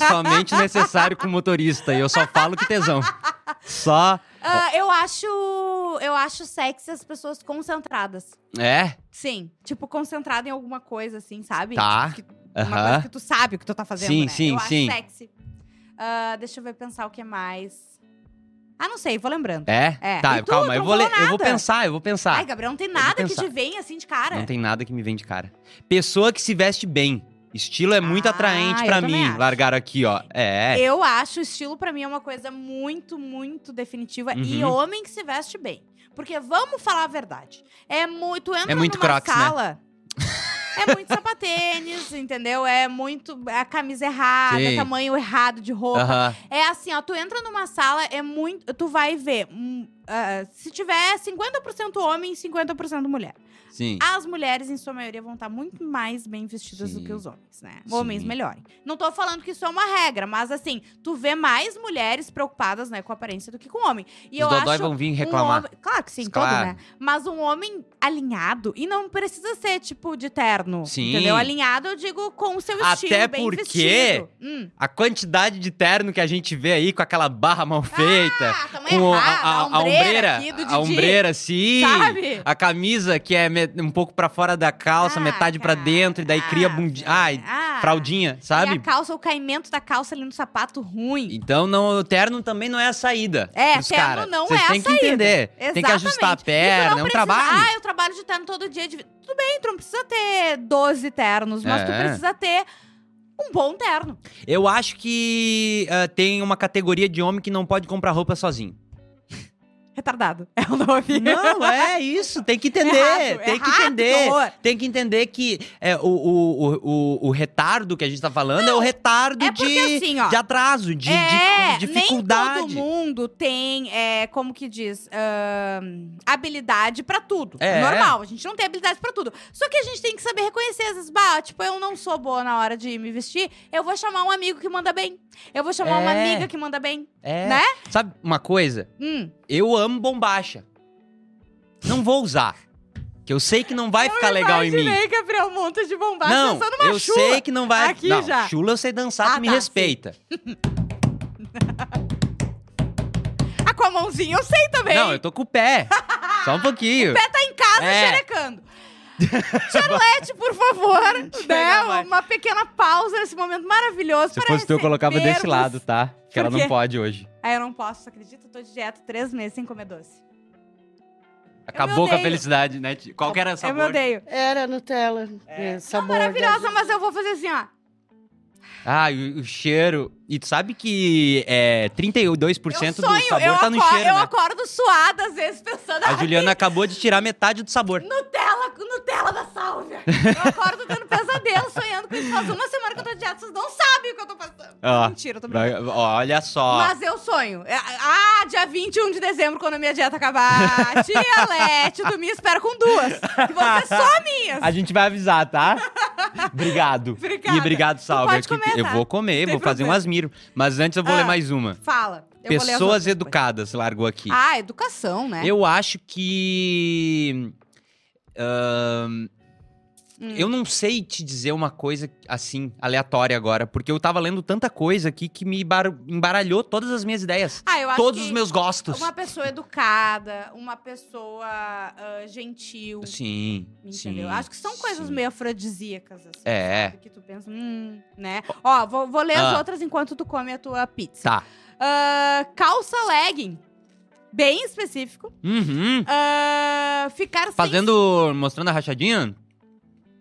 Speaker 3: somente o necessário com o motorista. E eu só falo que tesão. Só.
Speaker 2: Ah, eu acho. Eu acho sexy as pessoas concentradas.
Speaker 3: É?
Speaker 2: Sim. Tipo, concentrada em alguma coisa, assim, sabe?
Speaker 3: Tá.
Speaker 2: Tipo, que- uma
Speaker 3: Aham.
Speaker 2: coisa que tu sabe o que tu tá fazendo,
Speaker 3: Sim,
Speaker 2: né?
Speaker 3: sim,
Speaker 2: eu acho
Speaker 3: sim.
Speaker 2: sexy. Ah, deixa eu ver pensar o que mais. Ah, não sei, vou lembrando.
Speaker 3: É?
Speaker 2: É. E
Speaker 3: Tá,
Speaker 2: tu,
Speaker 3: calma,
Speaker 2: tu
Speaker 3: eu
Speaker 2: não
Speaker 3: vou ler,
Speaker 2: falou
Speaker 3: eu vou
Speaker 2: nada.
Speaker 3: pensar, Tá. eu vou pensar.
Speaker 2: Ai, Gabriel, não tem
Speaker 3: vou
Speaker 2: nada que
Speaker 3: pensar.
Speaker 2: te vem assim de cara.
Speaker 3: Não tem nada que me vende cara. Pessoa que se veste bem. Estilo é muito
Speaker 2: Ah,
Speaker 3: atraente
Speaker 2: eu
Speaker 3: pra
Speaker 2: também
Speaker 3: mim.
Speaker 2: acho.
Speaker 3: Largaram aqui, ó. É.
Speaker 2: Eu acho o estilo pra mim é uma coisa muito, muito definitiva. E
Speaker 3: Uhum.
Speaker 2: homem que se veste bem. Porque vamos falar a verdade. É muito, entra
Speaker 3: É muito
Speaker 2: numa
Speaker 3: Crocs, né?
Speaker 2: sala. É muito sapatênis, entendeu? É muito a camisa errada,
Speaker 3: Sim.
Speaker 2: tamanho errado de roupa.
Speaker 3: Aham.
Speaker 2: É assim, ó, tu entra numa sala, é muito, tu vai ver, hum, ah, se tiver 50% homem e 50% mulher.
Speaker 3: Sim.
Speaker 2: As mulheres, em sua maioria, vão estar muito mais bem vestidas do
Speaker 3: Sim.
Speaker 2: que os homens, né?
Speaker 3: Sim.
Speaker 2: Homens melhorem. Não tô falando que isso é uma regra, mas assim, tu vê mais mulheres preocupadas, né, com a aparência do que com o homem. E
Speaker 3: Os
Speaker 2: eu
Speaker 3: dodói
Speaker 2: acho
Speaker 3: vão vir
Speaker 2: um
Speaker 3: reclamar.
Speaker 2: homem- claro que sim, todo,
Speaker 3: Claro.
Speaker 2: né? Mas um homem alinhado, e não precisa ser, tipo, de terno.
Speaker 3: Sim.
Speaker 2: Entendeu? Alinhado, eu digo, com o seu estilo,
Speaker 3: Até
Speaker 2: bem
Speaker 3: porque-
Speaker 2: vestido. Hum.
Speaker 3: A quantidade de terno que a gente vê aí com aquela barra mal feita.
Speaker 2: Ah, tamanho
Speaker 3: com a,
Speaker 2: errado,
Speaker 3: a, a ombreira.
Speaker 2: aqui do
Speaker 3: a
Speaker 2: Didi,
Speaker 3: ombreira, sim.
Speaker 2: Sabe?
Speaker 3: A camisa que é me- um pouco pra fora da calça,
Speaker 2: Ah,
Speaker 3: metade pra
Speaker 2: cara.
Speaker 3: dentro, e daí cria
Speaker 2: Ah,
Speaker 3: bundinha.
Speaker 2: velho.
Speaker 3: Ai,
Speaker 2: Ah.
Speaker 3: fraldinha,
Speaker 2: E a
Speaker 3: sabe?
Speaker 2: calça, o caimento da calça ali no sapato ruim.
Speaker 3: Então, não, o terno também não é a saída.
Speaker 2: É,
Speaker 3: pros
Speaker 2: terno
Speaker 3: cara.
Speaker 2: não
Speaker 3: Vocês
Speaker 2: é a
Speaker 3: têm que
Speaker 2: saída.
Speaker 3: entender. Tem que
Speaker 2: Exatamente.
Speaker 3: ajustar a
Speaker 2: E tu não
Speaker 3: perna, é um
Speaker 2: precisa-
Speaker 3: trabalho.
Speaker 2: Ah, eu trabalho de terno todo dia. de- Tudo bem, tu não precisa ter 12 ternos, mas tu
Speaker 3: É.
Speaker 2: precisa ter um bom terno.
Speaker 3: Eu acho que ah, tem uma categoria de homem que não pode comprar roupa sozinho.
Speaker 2: Retardado. É o nome.
Speaker 3: Não, é isso. Tem que entender.
Speaker 2: Errado,
Speaker 3: tem
Speaker 2: errado,
Speaker 3: que entender.
Speaker 2: horror.
Speaker 3: Tem que entender que é, o, o, o, o- o retardo que a gente tá falando é o retardo
Speaker 2: é porque
Speaker 3: de,
Speaker 2: assim, ó.
Speaker 3: de atraso, de, de-
Speaker 2: é,
Speaker 3: de dificuldade.
Speaker 2: nem todo mundo tem, é, como que diz, ahn, habilidade pra tudo. É
Speaker 3: É.
Speaker 2: normal, a gente não tem habilidade pra tudo. Só que a gente tem que saber reconhecer essas bah, tipo, eu não sou boa na hora de me vestir, eu vou chamar um amigo que manda bem. Eu vou chamar uma
Speaker 3: É.
Speaker 2: amiga que manda bem.
Speaker 3: É.
Speaker 2: né?
Speaker 3: Sabe uma coisa?
Speaker 2: Hum.
Speaker 3: Eu amo bombacha. Não vou usar. Que eu sei que não vai ficar legal em mim.
Speaker 2: Imaginei, Gabriel, um monte de bombacha
Speaker 3: não,
Speaker 2: só numa
Speaker 3: eu
Speaker 2: chula.
Speaker 3: sei que não vai.
Speaker 2: Aqui
Speaker 3: não,
Speaker 2: já.
Speaker 3: chula eu sei dançar,
Speaker 2: Ah,
Speaker 3: tu me
Speaker 2: tá, sim.
Speaker 3: respeita.
Speaker 2: Ah, com a mãozinha eu sei também.
Speaker 3: Não, eu tô com o pé. Só um pouquinho.
Speaker 2: Em casa,
Speaker 3: É.
Speaker 2: xerecando. Charlete, por favor, né?
Speaker 3: Chega, vai.
Speaker 2: Uma pequena pausa nesse momento maravilhoso
Speaker 3: Se
Speaker 2: para
Speaker 3: fosse tu, eu colocava desse
Speaker 2: recebermos-
Speaker 3: lado, tá? Que ela
Speaker 2: Por quê?
Speaker 3: não pode hoje.
Speaker 2: Ah, eu não posso, você acredita? Eu tô de dieta três meses sem comer doce.
Speaker 3: Acabou com a
Speaker 2: odeio.
Speaker 3: felicidade, né? Ti? Qual que era essa
Speaker 2: Eu me odeio.
Speaker 4: Era Nutella. É. sabor.
Speaker 2: Maravilhosa, mas eu vou fazer assim, ó.
Speaker 3: Ah, o, o cheiro. E tu sabe que é, 32%
Speaker 2: eu sonho,
Speaker 3: do sabor
Speaker 2: eu,
Speaker 3: tá no
Speaker 2: aco-
Speaker 3: cheiro,
Speaker 2: eu
Speaker 3: né?
Speaker 2: acordo suada às vezes pensando...
Speaker 3: A
Speaker 2: "Ah,
Speaker 3: Juliana acabou de tirar metade do sabor.
Speaker 2: Nutella, Nutella da sálvia. Eu acordo tendo pesadelo, sonhando com isso. Faz uma semana que eu tô de dieta, vocês não sabem o que eu tô passando.
Speaker 3: Ó,
Speaker 2: Mentira, eu tô brincando.
Speaker 3: Pra- Olha só.
Speaker 2: Mas eu sonho. É, Ah, dia 21 de dezembro, quando a minha dieta acabar. Tia Lete, tu me espera com duas. Que vão ser só minhas.
Speaker 3: A gente vai avisar, tá? Obrigado.
Speaker 2: Obrigada.
Speaker 3: E obrigado,
Speaker 2: Tu
Speaker 3: Salve.
Speaker 2: pode comer,
Speaker 3: eu
Speaker 2: tá?
Speaker 3: vou comer,
Speaker 2: Tem
Speaker 3: vou fazer um
Speaker 2: problema.
Speaker 3: asmiro. Mas antes eu vou
Speaker 2: Ah.
Speaker 3: ler mais uma.
Speaker 2: Fala. Eu vou ler as outras
Speaker 3: Pessoas
Speaker 2: depois.
Speaker 3: educadas, largou aqui.
Speaker 2: Ah, educação, né?
Speaker 3: Eu acho que. ahn,
Speaker 2: Hum.
Speaker 3: Eu não sei te dizer uma coisa assim, aleatória agora, porque eu tava lendo tanta coisa aqui que me bar- embaralhou todas as minhas ideias.
Speaker 2: Ah, eu acho
Speaker 3: todos
Speaker 2: que é
Speaker 3: os meus gostos.
Speaker 2: Uma pessoa educada, uma pessoa ah, gentil.
Speaker 3: Sim.
Speaker 2: Entendeu?
Speaker 3: sim,
Speaker 2: Acho que são coisas
Speaker 3: sim.
Speaker 2: meio afrodisíacas, assim.
Speaker 3: É.
Speaker 2: sabe? Que tu pensa, hum, né? Ó, vou, vou ler as
Speaker 3: Ah.
Speaker 2: outras enquanto tu come a tua pizza.
Speaker 3: Tá.
Speaker 2: Ah, calça legging. Bem específico.
Speaker 3: Uhum.
Speaker 2: Ah, ficar sem-
Speaker 3: Fazendo. mostrando a rachadinha?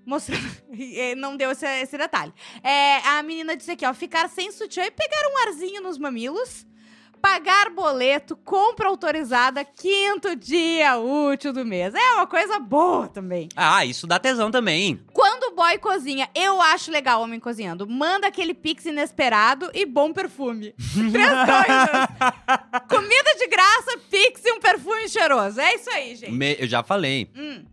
Speaker 2: Mostrando... Eh, Não deu esse, esse detalhe. É, a menina disse aqui, ó. Ficar sem sutiã e pegar um arzinho nos mamilos. Pagar boleto, compra autorizada, quinto dia útil do mês. É uma coisa boa também.
Speaker 3: Ah, isso dá tesão também.
Speaker 2: Quando o boy cozinha, eu acho legal o homem cozinhando. Manda aquele pix inesperado e bom perfume. Três coisas. Comida de graça, pix e um perfume cheiroso. É isso aí, gente.
Speaker 3: Me- Eu já falei.
Speaker 2: Hum.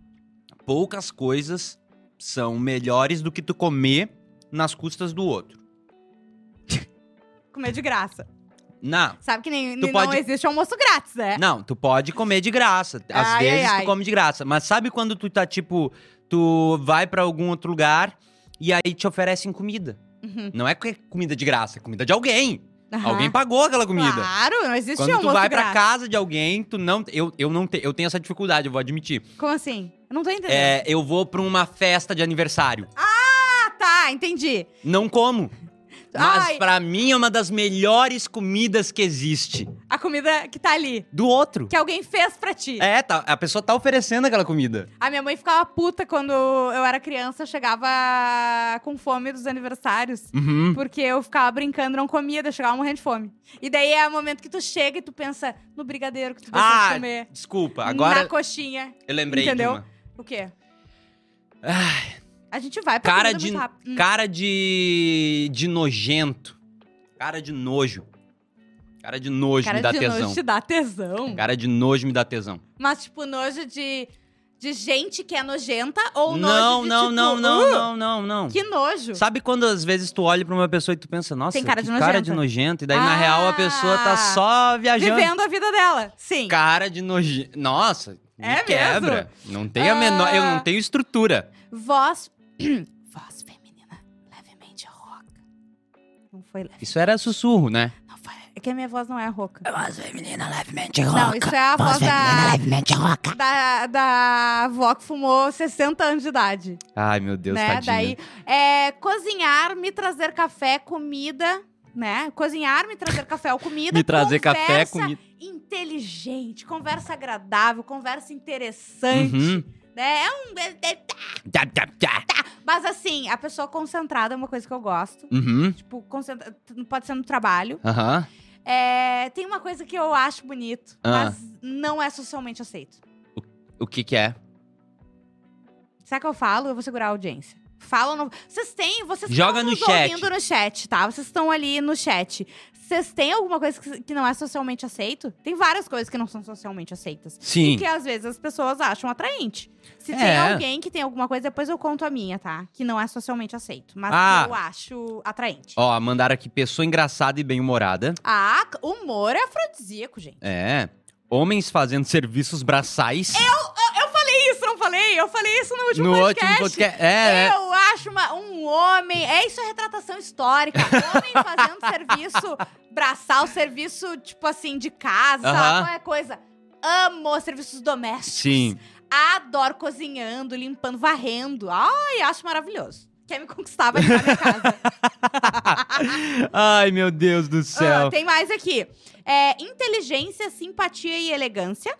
Speaker 3: poucas coisas são melhores do que tu comer nas custas do outro.
Speaker 2: Comer de graça.
Speaker 3: Não.
Speaker 2: Sabe que nem,
Speaker 3: Hum. Tu
Speaker 2: não
Speaker 3: pode-
Speaker 2: existe almoço grátis, né?
Speaker 3: Não, tu pode comer de graça. Às
Speaker 2: Ai,
Speaker 3: vezes
Speaker 2: ai, ai.
Speaker 3: tu come de graça. Mas sabe quando tu tá, tipo, tu vai pra algum outro lugar e aí te oferecem comida.
Speaker 2: Uhum.
Speaker 3: Não é que é comida de graça, é comida de alguém.
Speaker 2: Aham.
Speaker 3: Alguém pagou aquela comida.
Speaker 2: Claro, é um não existe
Speaker 3: Quando tu
Speaker 2: almoço
Speaker 3: vai pra
Speaker 2: grátis.
Speaker 3: casa de alguém, tu não. Eu, eu não te- eu tenho essa dificuldade, eu vou admitir.
Speaker 2: Como assim? Eu não tô entendendo.
Speaker 3: É, eu vou pra uma festa de aniversário.
Speaker 2: Ah, tá, entendi.
Speaker 3: Não como.
Speaker 2: Tu
Speaker 3: Mas
Speaker 2: Ai.
Speaker 3: pra mim é uma das melhores comidas que existe.
Speaker 2: A comida que tá ali,
Speaker 3: Do outro.
Speaker 2: que alguém fez pra ti.
Speaker 3: É, tá, a pessoa tá oferecendo aquela comida.
Speaker 2: A minha mãe ficava puta quando eu era criança, eu chegava com fome dos aniversários.
Speaker 3: Uhum.
Speaker 2: Porque eu ficava brincando, não comia, daí eu chegava morrendo de fome. E daí é o momento que tu chega e tu pensa no brigadeiro que tu deixou
Speaker 3: Ah,
Speaker 2: de comer.
Speaker 3: Desculpa, agora
Speaker 2: Na coxinha.
Speaker 3: eu lembrei
Speaker 2: entendeu?
Speaker 3: de uma.
Speaker 2: O quê?
Speaker 3: Ah,
Speaker 2: A gente vai pra
Speaker 3: cara
Speaker 2: comida
Speaker 3: de
Speaker 2: muito rápido. Hum.
Speaker 3: cara de de nojento. Cara de nojo. Cara de nojo me dá
Speaker 2: de
Speaker 3: tesão.
Speaker 2: nojo te dá tesão.
Speaker 3: Cara de nojo me dá tesão.
Speaker 2: Mas, tipo, nojo de, de gente que é nojenta ou
Speaker 3: não,
Speaker 2: nojo de,
Speaker 3: não,
Speaker 2: tipo,
Speaker 3: não, não,
Speaker 2: "Uh,
Speaker 3: não, não, não.
Speaker 2: Que nojo.
Speaker 3: Sabe quando às vezes tu olha pra uma pessoa e tu pensa, nossa,
Speaker 2: Tem cara
Speaker 3: que
Speaker 2: de
Speaker 3: cara
Speaker 2: nojenta.
Speaker 3: de nojento, e daí na
Speaker 2: Ah.
Speaker 3: real a pessoa tá só viajando.
Speaker 2: Vivendo a vida dela. Sim.
Speaker 3: Cara de nojento. Nossa, me
Speaker 2: É
Speaker 3: quebra. Não tem a
Speaker 2: Ah.
Speaker 3: menor, eu não tenho estrutura.
Speaker 2: Voz. Voz feminina. Levemente rouca. Não foi leve.
Speaker 3: Isso era sussurro, né?
Speaker 2: Não foi. É que a minha voz não é rouca.
Speaker 3: Voz feminina levemente
Speaker 2: Não, isso é a voz da,
Speaker 3: levemente rouca.
Speaker 2: da, da avó que fumou 60 anos de idade.
Speaker 3: Ai, meu Deus,
Speaker 2: né?
Speaker 3: tadinha.
Speaker 2: Daí, é, cozinhar, me trazer café, comida, né? Cozinhar, me trazer café ou comida.
Speaker 3: Me trazer café,
Speaker 2: conversa
Speaker 3: comida.
Speaker 2: inteligente, conversa agradável, conversa interessante.
Speaker 3: Uhum.
Speaker 2: Né? É um... é- é-
Speaker 3: Tá, tá, tá.
Speaker 2: Mas assim, a pessoa concentrada é uma coisa que eu gosto.
Speaker 3: Uhum.
Speaker 2: Tipo, concentra... pode ser no trabalho.
Speaker 3: Aham.
Speaker 2: É, Tem uma coisa que eu acho bonito,
Speaker 3: Ah.
Speaker 2: mas não é socialmente aceito.
Speaker 3: O que que é?
Speaker 2: Será que eu falo? Eu vou segurar a audiência. Fala no. Vocês têm. Vocês
Speaker 3: Joga
Speaker 2: estão
Speaker 3: no
Speaker 2: nos
Speaker 3: chat.
Speaker 2: ouvindo no chat, tá? Vocês estão ali no chat. Vocês têm alguma coisa que, que não é socialmente aceito? Tem várias coisas que não são socialmente aceitas.
Speaker 3: Sim.
Speaker 2: E que é? às vezes as pessoas acham atraente. Se
Speaker 3: É.
Speaker 2: tem alguém que tem alguma coisa, depois eu conto a minha, tá? Que não é socialmente aceito. Mas
Speaker 3: Ah.
Speaker 2: eu acho atraente.
Speaker 3: Ó, mandaram aqui pessoa engraçada e bem-humorada.
Speaker 2: Ah, humor é afrodisíaco, gente.
Speaker 3: É. Homens fazendo serviços braçais.
Speaker 2: Isso, não falei? Eu falei isso no É último
Speaker 3: no
Speaker 2: podcast.
Speaker 3: último podcast. É, é.
Speaker 2: Eu acho uma- um homem. É isso é retratação histórica. Homem fazendo serviço braçal, serviço, tipo assim, de casa,
Speaker 3: Aham.
Speaker 2: qualquer coisa. Amo serviços domésticos.
Speaker 3: Sim.
Speaker 2: Adoro cozinhando, limpando, varrendo. Ai, acho maravilhoso. Quer me conquistar, vai limpar minha casa.
Speaker 3: Ai, meu Deus do
Speaker 2: Ah,
Speaker 3: céu.
Speaker 2: tem mais aqui. É, inteligência, simpatia e elegância.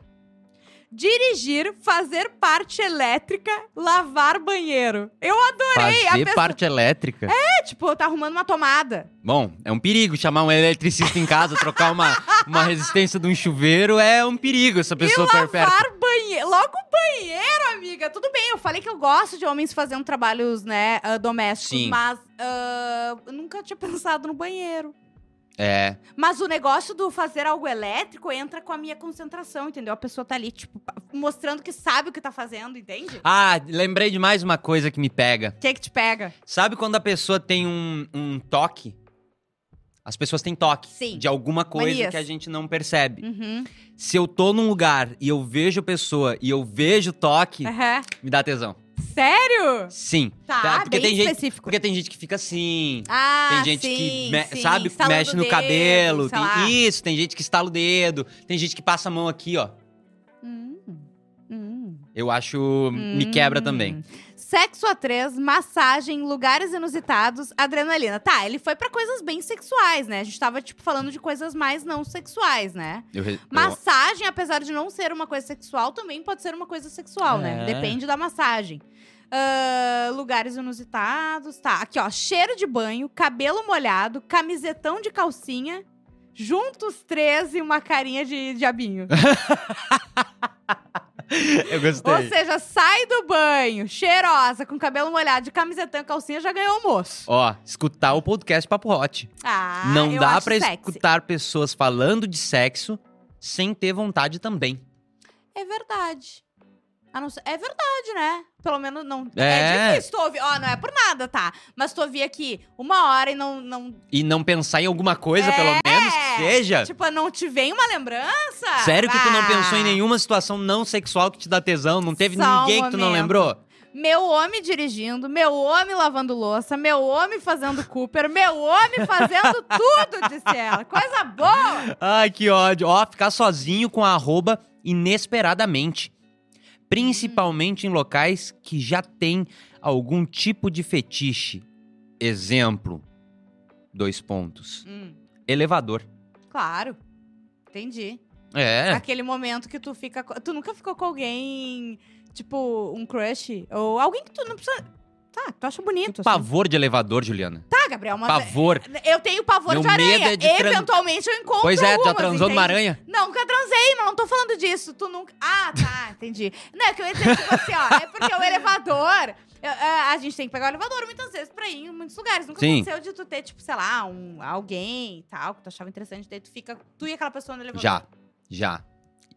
Speaker 2: Dirigir, fazer parte elétrica, lavar banheiro. Eu adorei. a
Speaker 3: Fazer
Speaker 2: pessoa-
Speaker 3: parte elétrica.
Speaker 2: É, tipo, tá arrumando uma tomada.
Speaker 3: Bom, é um perigo chamar um eletricista em casa, trocar uma, uma resistência de um chuveiro é um perigo essa pessoa
Speaker 2: lavar
Speaker 3: perfeita.
Speaker 2: banheiro. Logo banheiro, amiga. Tudo bem, eu falei que eu gosto de homens fazendo trabalhos, né, ah, domésticos.
Speaker 3: Sim.
Speaker 2: Mas ah, eu nunca tinha pensado no banheiro.
Speaker 3: É.
Speaker 2: Mas o negócio do fazer algo elétrico entra com a minha concentração, entendeu? A pessoa tá ali, tipo, pa- mostrando que sabe o que tá fazendo, entende?
Speaker 3: Ah, lembrei de mais uma coisa que me pega.
Speaker 2: O que que te pega?
Speaker 3: Sabe quando a pessoa tem um, um toque? As pessoas têm toque
Speaker 2: Sim.
Speaker 3: de alguma coisa
Speaker 2: Manias.
Speaker 3: que a gente não percebe.
Speaker 2: Uhum.
Speaker 3: Se eu tô num lugar e eu vejo a pessoa e eu vejo o toque,
Speaker 2: Aham.
Speaker 3: me dá tesão.
Speaker 2: Sério?
Speaker 3: Sim.
Speaker 2: Tá,
Speaker 3: porque,
Speaker 2: bem
Speaker 3: tem gente,
Speaker 2: específico.
Speaker 3: porque tem gente que fica assim.
Speaker 2: Ah,
Speaker 3: tem gente que,
Speaker 2: sim,
Speaker 3: me-
Speaker 2: sim,
Speaker 3: sabe,
Speaker 2: estala
Speaker 3: mexe
Speaker 2: do
Speaker 3: no
Speaker 2: dedo,
Speaker 3: cabelo.
Speaker 2: sei
Speaker 3: tem-
Speaker 2: lá.
Speaker 3: isso, tem gente que estala o dedo. Tem gente que passa a mão aqui, ó.
Speaker 2: Hum. Hum.
Speaker 3: Eu acho. Me quebra também.
Speaker 2: Sexo a três, massagem, lugares inusitados, adrenalina. Tá, ele foi pra coisas bem sexuais, né? A gente tava, tipo, falando de coisas mais não sexuais, né?
Speaker 3: Eu, re- eu-
Speaker 2: Massagem, apesar de não ser uma coisa sexual, também pode ser uma coisa sexual, né?
Speaker 3: É.
Speaker 2: Depende da massagem. Ah, lugares inusitados, tá. Aqui, ó. Cheiro de banho, cabelo molhado, camisetão de calcinha, juntos três e uma carinha de diabinho.
Speaker 3: eu
Speaker 2: Ou
Speaker 3: gostei.
Speaker 2: seja, sai do banho, cheirosa, com cabelo molhado, de camisetão e calcinha, já ganhou o moço.
Speaker 3: Ó, escutar o podcast Papo Hot.
Speaker 2: Ah,
Speaker 3: não
Speaker 2: eu
Speaker 3: dá
Speaker 2: acho
Speaker 3: pra
Speaker 2: sexy.
Speaker 3: escutar pessoas falando de sexo sem ter vontade também.
Speaker 2: É verdade. A não ser- É verdade, né? Pelo menos não.
Speaker 3: É.
Speaker 2: É, difícil tu ouvir. Ó, não é por nada, tá? Mas tu ouvir aqui uma hora e não. não É.
Speaker 3: E não pensar em alguma coisa, pelo menos que seja.
Speaker 2: tipo, não te vem uma lembrança?
Speaker 3: Sério que tu não
Speaker 2: Ah.
Speaker 3: pensou em nenhuma situação não sexual que te dá tesão? Não teve
Speaker 2: Só um
Speaker 3: ninguém que tu não
Speaker 2: momento.
Speaker 3: lembrou?
Speaker 2: Meu homem dirigindo, meu homem lavando louça, meu homem fazendo Cooper, meu homem fazendo tudo, disse ela. Coisa boa!
Speaker 3: Ai, que ódio. Ó, ficar sozinho com a arroba inesperadamente. Principalmente em locais que já tem algum tipo de fetiche. Exemplo, Dois pontos.
Speaker 2: Hum,
Speaker 3: Elevador.
Speaker 2: claro. Entendi.
Speaker 3: É.
Speaker 2: Aquele momento que tu fica. co- Tu nunca ficou com alguém, tipo, um crush? Ou alguém que tu não precisa. Tá, que tu acha bonito. Assim.
Speaker 3: Pavor de elevador, Juliana.
Speaker 2: Tá, Gabriel, mas. é,
Speaker 3: Pavor.
Speaker 2: Eu tenho pavor
Speaker 3: Meu
Speaker 2: de aranha.
Speaker 3: medo é de tran-
Speaker 2: Eventualmente eu encontro.
Speaker 3: Pois é, já
Speaker 2: algumas,
Speaker 3: transou numa
Speaker 2: entende?
Speaker 3: aranha?
Speaker 2: Não, nunca transei, mas não tô falando disso. Tu nunca. Ah, tá, entendi. Não, é que eu ia dizer, tipo assim, ó, é porque o elevador. eu- é, a a gente tem que pegar o elevador muitas vezes pra ir em muitos lugares. Nunca
Speaker 3: Sim.
Speaker 2: aconteceu de tu ter, tipo, sei lá, um, alguém e tal, que tu achava interessante, daí tu fica. Tu e aquela pessoa no elevador.
Speaker 3: Já. Já.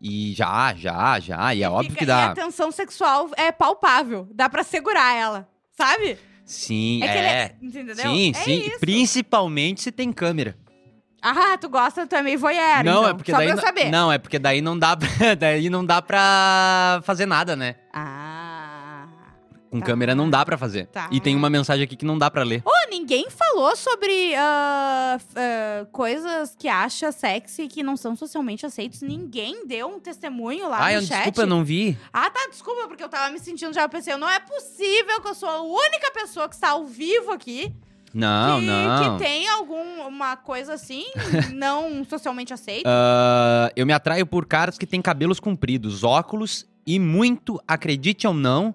Speaker 3: E já, já, já. E é óbvio
Speaker 2: Fica-
Speaker 3: que dá.
Speaker 2: E a tensão sexual é palpável. Dá pra segurar ela, sabe?
Speaker 3: Sim,
Speaker 2: que
Speaker 3: é.
Speaker 2: ele é. Entendeu?
Speaker 3: Sim,
Speaker 2: é
Speaker 3: sim. E
Speaker 2: Isso.
Speaker 3: Principalmente se tem câmera.
Speaker 2: Ah, tu gosta, tu é meio voyeur,
Speaker 3: não,
Speaker 2: então.
Speaker 3: é porque
Speaker 2: Só
Speaker 3: daí.
Speaker 2: pra eu
Speaker 3: não-
Speaker 2: saber.
Speaker 3: Não, é porque daí não dá pra, daí não dá pra fazer nada, né?
Speaker 2: Ah.
Speaker 3: Com
Speaker 2: Tá.
Speaker 3: câmera não dá pra fazer.
Speaker 2: Tá.
Speaker 3: E tem uma mensagem aqui que não dá pra ler.
Speaker 2: Pô, ninguém falou sobre ah, f- ah, coisas que acha sexy e que não são socialmente aceitos. Ninguém deu um testemunho lá
Speaker 3: Ai,
Speaker 2: no
Speaker 3: eu-
Speaker 2: chat.
Speaker 3: desculpa, eu não vi.
Speaker 2: Ah, tá, desculpa, porque eu tava me sentindo já. Eu pensei, não é possível que eu sou a única pessoa que está ao vivo aqui
Speaker 3: Não,
Speaker 2: que,
Speaker 3: não.
Speaker 2: que tem alguma coisa assim, não socialmente aceita.
Speaker 3: Ah, eu me atraio por caras que têm cabelos compridos, óculos e muito, acredite ou não.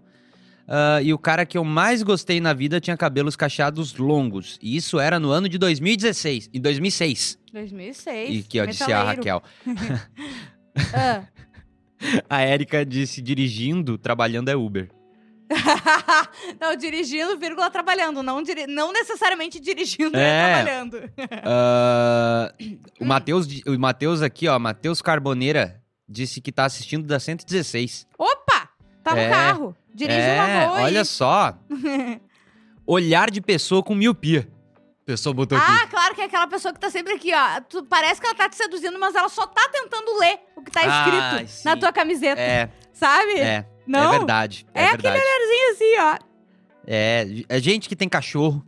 Speaker 3: ah, e o cara que eu mais gostei na vida tinha cabelos cacheados longos. E isso era no ano de 2016. Em 2006.
Speaker 2: 2006.
Speaker 3: E que eu disse a
Speaker 2: metaleiro.
Speaker 3: Raquel.
Speaker 2: Ah.
Speaker 3: A Érica disse dirigindo, trabalhando é Uber.
Speaker 2: não, dirigindo, vírgula, trabalhando. Não, diri- não necessariamente dirigindo,
Speaker 3: É.
Speaker 2: é trabalhando.
Speaker 3: Ah, o Matheus di- o Matheus aqui, ó, Matheus Carboneira, disse que tá assistindo da 116.
Speaker 2: Opa! Tá no
Speaker 3: É.
Speaker 2: carro. Dirige um
Speaker 3: é,
Speaker 2: uma boa.
Speaker 3: olha
Speaker 2: aí.
Speaker 3: só. Olhar de pessoa com miopia. A pessoa botou aqui.
Speaker 2: Ah, claro que é aquela pessoa que tá sempre aqui, ó. Tu- parece que ela tá te seduzindo, mas ela só tá tentando ler o que tá
Speaker 3: Ah,
Speaker 2: escrito
Speaker 3: sim.
Speaker 2: na tua camiseta,
Speaker 3: É,
Speaker 2: sabe?
Speaker 3: é, é
Speaker 2: Não?
Speaker 3: verdade. É,
Speaker 2: É aquele
Speaker 3: verdade.
Speaker 2: E assim, ó.
Speaker 3: É, é gente que tem cachorro.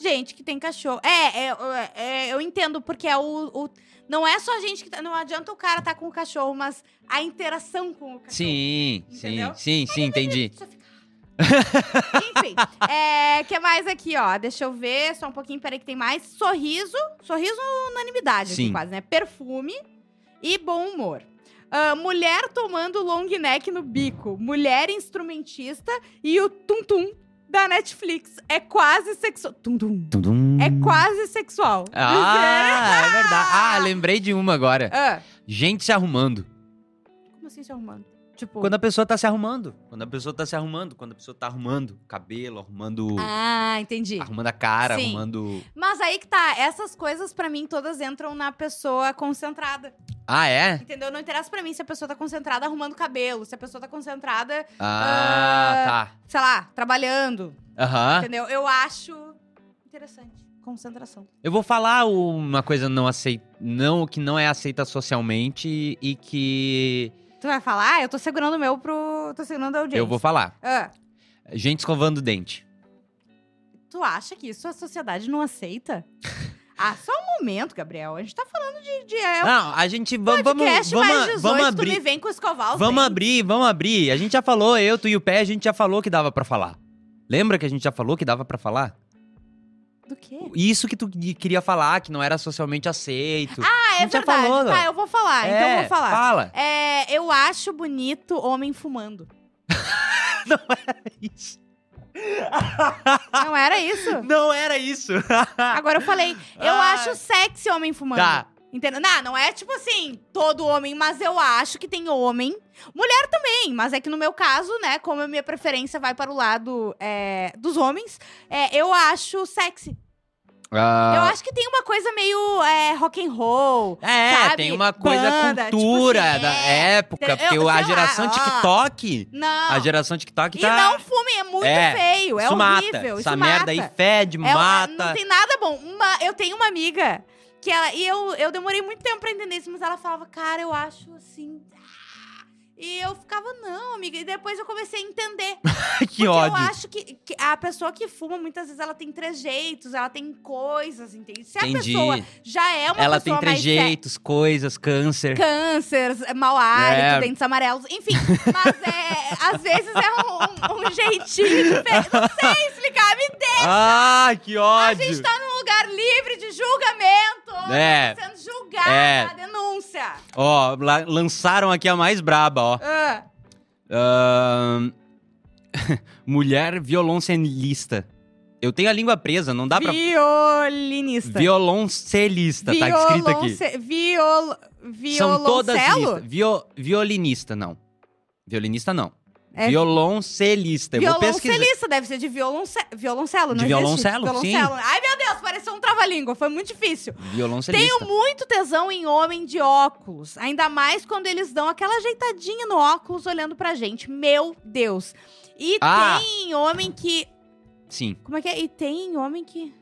Speaker 2: Gente que tem cachorro. É, é, é, é, eu entendo, porque é o, o- Não é só gente que. tá- Não adianta o cara tá com o cachorro, mas a interação com o cachorro.
Speaker 3: Sim,
Speaker 2: Entendeu?
Speaker 3: sim, sim, sim, entendi.
Speaker 2: Só fica- Enfim, é, que mais aqui, ó? Deixa eu ver, só um pouquinho, peraí que tem mais. Sorriso, sorriso unanimidade aqui
Speaker 3: Sim.
Speaker 2: quase, né? Perfume e bom humor. Ah, mulher tomando long neck no bico, mulher instrumentista e o tum-tum da Netflix. É quase sexual. Tum-tum.
Speaker 3: Tum, tum.
Speaker 2: É quase sexual.
Speaker 3: Hum. Ah, é verdade. Ah, lembrei de uma agora.
Speaker 2: Ah,
Speaker 3: Gente se arrumando.
Speaker 2: como assim se arrumando? Tipo...
Speaker 3: Quando a pessoa tá se arrumando. Quando a pessoa tá se arrumando. Quando a pessoa tá arrumando cabelo, arrumando.
Speaker 2: Ah, entendi.
Speaker 3: Arrumando a cara,
Speaker 2: Sim.
Speaker 3: arrumando.
Speaker 2: Mas aí que tá, essas coisas pra mim todas entram na pessoa concentrada.
Speaker 3: Ah, é?
Speaker 2: Entendeu? Não interessa pra mim se a pessoa tá concentrada arrumando cabelo, se a pessoa tá concentrada, Ah.
Speaker 3: Ah,
Speaker 2: sei lá, trabalhando.
Speaker 3: tá. Aham.
Speaker 2: Entendeu? Eu acho interessante. Concentração.
Speaker 3: Eu vou falar uma coisa não acei... não que não é aceita socialmente e que
Speaker 2: Tu vai falar? "Ah, Eu tô segurando o meu pro. tô segurando a audiência.
Speaker 3: eu vou falar.
Speaker 2: Ah,
Speaker 3: Gente escovando o dente.
Speaker 2: tu acha que isso a sociedade não aceita? ah, só um momento, Gabriel. A gente tá falando de. de é um
Speaker 3: não, a gente Ah, vamos vamos
Speaker 2: podcast mais né? 18,
Speaker 3: vamos, vamos
Speaker 2: tu me
Speaker 3: abrir.
Speaker 2: vem com escovar os
Speaker 3: Vamos
Speaker 2: dentes.
Speaker 3: abrir, vamos abrir. A gente já falou, eu, tu e o pé, a gente já falou que dava pra falar. Lembra que a gente já falou que dava pra falar?
Speaker 2: Do quê?
Speaker 3: Isso que tu que- queria falar, que não era socialmente aceito.
Speaker 2: Ah, é
Speaker 3: gente já
Speaker 2: verdade.
Speaker 3: falou,
Speaker 2: tá, eu vou falar, então eu vou falar.
Speaker 3: É, Fala.
Speaker 2: É, eu acho bonito homem fumando. É
Speaker 3: Isso.
Speaker 2: Não era isso?
Speaker 3: Não era isso.
Speaker 2: Agora eu falei, eu
Speaker 3: Ah.
Speaker 2: acho sexy homem fumando.
Speaker 3: tá.
Speaker 2: Entendeu? Não, não é tipo assim, todo homem, mas eu acho que tem homem. Mulher também, mas é que no meu caso, né, como a minha preferência vai para o lado é, dos homens, é, eu acho sexy.
Speaker 3: Ah.
Speaker 2: Eu acho que tem uma coisa meio é, rock and roll.
Speaker 3: É,
Speaker 2: sabe?
Speaker 3: tem uma coisa
Speaker 2: Banda,
Speaker 3: cultura
Speaker 2: tipo assim,
Speaker 3: da
Speaker 2: é.
Speaker 3: época,
Speaker 2: Eu-
Speaker 3: porque a
Speaker 2: sei lá,
Speaker 3: geração
Speaker 2: ó.
Speaker 3: TikTok,
Speaker 2: Não.
Speaker 3: a geração TikTok
Speaker 2: E
Speaker 3: tá
Speaker 2: não fumem, é muito
Speaker 3: É,
Speaker 2: feio, é
Speaker 3: isso mata.
Speaker 2: horrível.
Speaker 3: Essa
Speaker 2: isso
Speaker 3: merda
Speaker 2: mata.
Speaker 3: aí fede,
Speaker 2: É,
Speaker 3: mata.
Speaker 2: Não tem nada bom. Uma- eu tenho uma amiga que ela. E eu, eu demorei muito tempo pra entender isso, mas ela falava, cara, eu acho assim. ah." E eu ficava, não, amiga. E depois eu comecei a entender.
Speaker 3: que
Speaker 2: porque eu
Speaker 3: ódio.
Speaker 2: acho que, é que a pessoa que fuma, muitas vezes, ela tem trejeitos, ela tem coisas, entende? Se a
Speaker 3: Entendi.
Speaker 2: pessoa já é uma
Speaker 3: Ela tem
Speaker 2: pessoa mais sé-
Speaker 3: trejeitos, coisas, câncer.
Speaker 2: cânceres, mau hálito,
Speaker 3: É.
Speaker 2: dentes amarelos, enfim. Mas é, às vezes é um, um- um jeitinho diferente. Não sei explicar, me
Speaker 3: Ah, que
Speaker 2: a
Speaker 3: ódio.
Speaker 2: gente tá num lugar livre de julgamento. Tá
Speaker 3: É.
Speaker 2: Sendo julgada
Speaker 3: É.
Speaker 2: a denúncia.
Speaker 3: Ó, la- lançaram aqui a mais braba, ó.
Speaker 2: Ah,
Speaker 3: Ahn, Mulher violoncelista. Eu tenho a língua presa, não dá pra.
Speaker 2: Violinista.
Speaker 3: Violoncelista, tá escrito aqui.
Speaker 2: Violonce- Viol...
Speaker 3: São todas
Speaker 2: Violoncelo?
Speaker 3: listas. Vio- Violinista, não. Violinista, não.
Speaker 2: É-
Speaker 3: Violoncelista. Eu vou pesquisar.
Speaker 2: Violoncelista, deve ser de violonce... violoncelo, não
Speaker 3: De
Speaker 2: existe?
Speaker 3: violoncelo,
Speaker 2: Violoncelo. Ai, meu Deus, pareceu um trava-língua, foi muito difícil.
Speaker 3: Violoncelista.
Speaker 2: Tenho muito tesão em homem de óculos, ainda mais quando eles dão aquela ajeitadinha no óculos olhando pra gente. Meu Deus. E
Speaker 3: Ah.
Speaker 2: tem homem que...
Speaker 3: Sim.
Speaker 2: Como é que é? E tem homem que...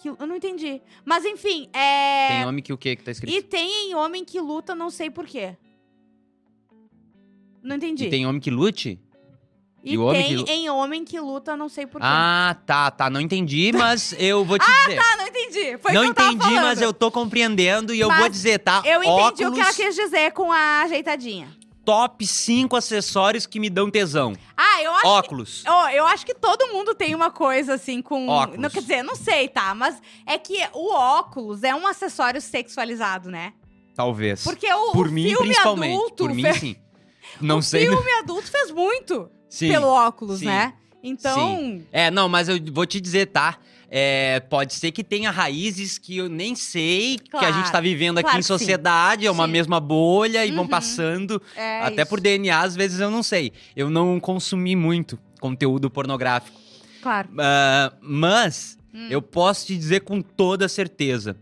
Speaker 2: que... Eu não entendi. Mas enfim, é...
Speaker 3: Tem homem que o quê que tá escrito?
Speaker 2: E tem homem que luta, não sei por quê. Não entendi.
Speaker 3: E tem homem que lute?
Speaker 2: E
Speaker 3: e o homem
Speaker 2: tem
Speaker 3: que lu-
Speaker 2: em homem que luta, não sei por quê.
Speaker 3: Ah, tá, tá. Não entendi, mas eu vou te dizer.
Speaker 2: Ah, não entendi. Foi
Speaker 3: não
Speaker 2: o que eu tava
Speaker 3: entendi, mas
Speaker 2: falando.
Speaker 3: eu tô compreendendo e eu
Speaker 2: Mas
Speaker 3: vou dizer, tá?
Speaker 2: Eu entendi o que ela
Speaker 3: Óculos,
Speaker 2: quis dizer com a ajeitadinha.
Speaker 3: top 5 acessórios que me dão tesão.
Speaker 2: Ah, eu acho.
Speaker 3: Óculos.
Speaker 2: Ó, eu acho que todo mundo tem uma coisa assim com.
Speaker 3: Óculos.
Speaker 2: Não, quer dizer, não sei, tá? Mas é que o óculos é um acessório sexualizado, né?
Speaker 3: Talvez.
Speaker 2: Porque o,
Speaker 3: Por
Speaker 2: o
Speaker 3: mim,
Speaker 2: filme
Speaker 3: principalmente.
Speaker 2: adulto.
Speaker 3: Por mim,
Speaker 2: fez-
Speaker 3: sim. Não
Speaker 2: o
Speaker 3: sei.
Speaker 2: filme adulto fez muito
Speaker 3: Sim.
Speaker 2: pelo óculos,
Speaker 3: sim,
Speaker 2: né? Então.
Speaker 3: É, não, mas eu vou te dizer, tá? É, pode ser que tenha raízes que eu nem sei, que a
Speaker 2: Claro,
Speaker 3: gente tá vivendo aqui
Speaker 2: claro
Speaker 3: em
Speaker 2: que sim.
Speaker 3: sociedade, é uma
Speaker 2: Sim.
Speaker 3: mesma bolha e vão
Speaker 2: Uhum.
Speaker 3: passando.
Speaker 2: É
Speaker 3: até
Speaker 2: isso.
Speaker 3: por DNA, às vezes eu não sei. Eu não consumi muito conteúdo pornográfico.
Speaker 2: Claro.
Speaker 3: Ah, mas
Speaker 2: Hum.
Speaker 3: eu posso te dizer com toda certeza: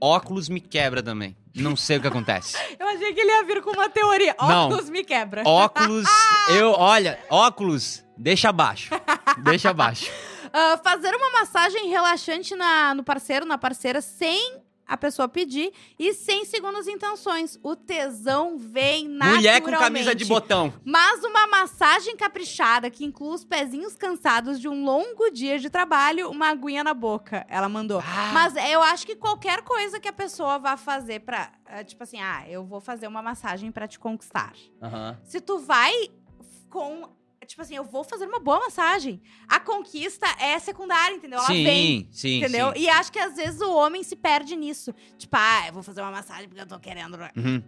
Speaker 3: óculos me quebra também. Não sei o que acontece.
Speaker 2: Eu achei que ele ia vir com uma teoria.
Speaker 3: Não.
Speaker 2: Óculos me quebra.
Speaker 3: Óculos, eu, olha, óculos, deixa abaixo. Deixa abaixo.
Speaker 2: Ah, fazer uma massagem relaxante na, no parceiro, na parceira, sem a pessoa pedir e sem segundas intenções. O tesão vem
Speaker 3: Mulher
Speaker 2: naturalmente.
Speaker 3: com camisa de botão.
Speaker 2: Mas uma massagem caprichada que inclua os pezinhos cansados de um longo dia de trabalho, uma aguinha na boca. Ela mandou.
Speaker 3: Ah.
Speaker 2: Mas eu acho que qualquer coisa que a pessoa vá fazer pra. ah, Tipo assim, ah, eu vou fazer uma massagem pra te conquistar.
Speaker 3: Aham.
Speaker 2: Se tu vai com. Tipo assim, eu vou fazer uma boa massagem. A conquista é secundária, entendeu? Ela
Speaker 3: Sim,
Speaker 2: vem.
Speaker 3: sim,
Speaker 2: Entendeu?
Speaker 3: sim.
Speaker 2: E acho que às vezes o homem se perde nisso. Tipo, ah, eu vou fazer uma massagem porque eu tô querendo.
Speaker 3: Uhum,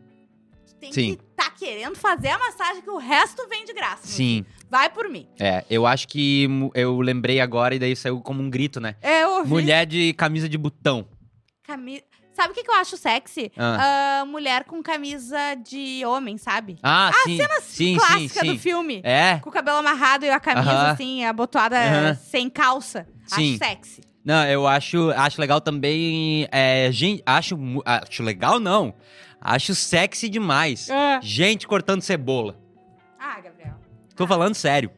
Speaker 2: Tu tem
Speaker 3: Sim.
Speaker 2: que tá querendo fazer a massagem que o resto vem de graça. meu
Speaker 3: Sim,
Speaker 2: filho. Vai por mim.
Speaker 3: é. Eu acho que mu- eu lembrei agora e daí saiu como um grito, né?
Speaker 2: É, eu ouvi.
Speaker 3: Mulher de camisa de botão.
Speaker 2: Cami... Sabe o que, que eu acho sexy?
Speaker 3: Ah,
Speaker 2: Ah, mulher com camisa de homem, sabe?
Speaker 3: ah, sim. sim, sim,
Speaker 2: Clássica
Speaker 3: sim.
Speaker 2: do filme.
Speaker 3: É.
Speaker 2: Com o cabelo amarrado e a camisa,
Speaker 3: Aham.
Speaker 2: assim, abotoada
Speaker 3: Aham.
Speaker 2: sem calça.
Speaker 3: Sim.
Speaker 2: Acho sexy.
Speaker 3: Não, eu acho, acho legal também. É, gente, acho, mu- acho legal, não. Acho sexy demais. Gente cortando cebola.
Speaker 2: Ah, Gabriel.
Speaker 3: Tô falando sério.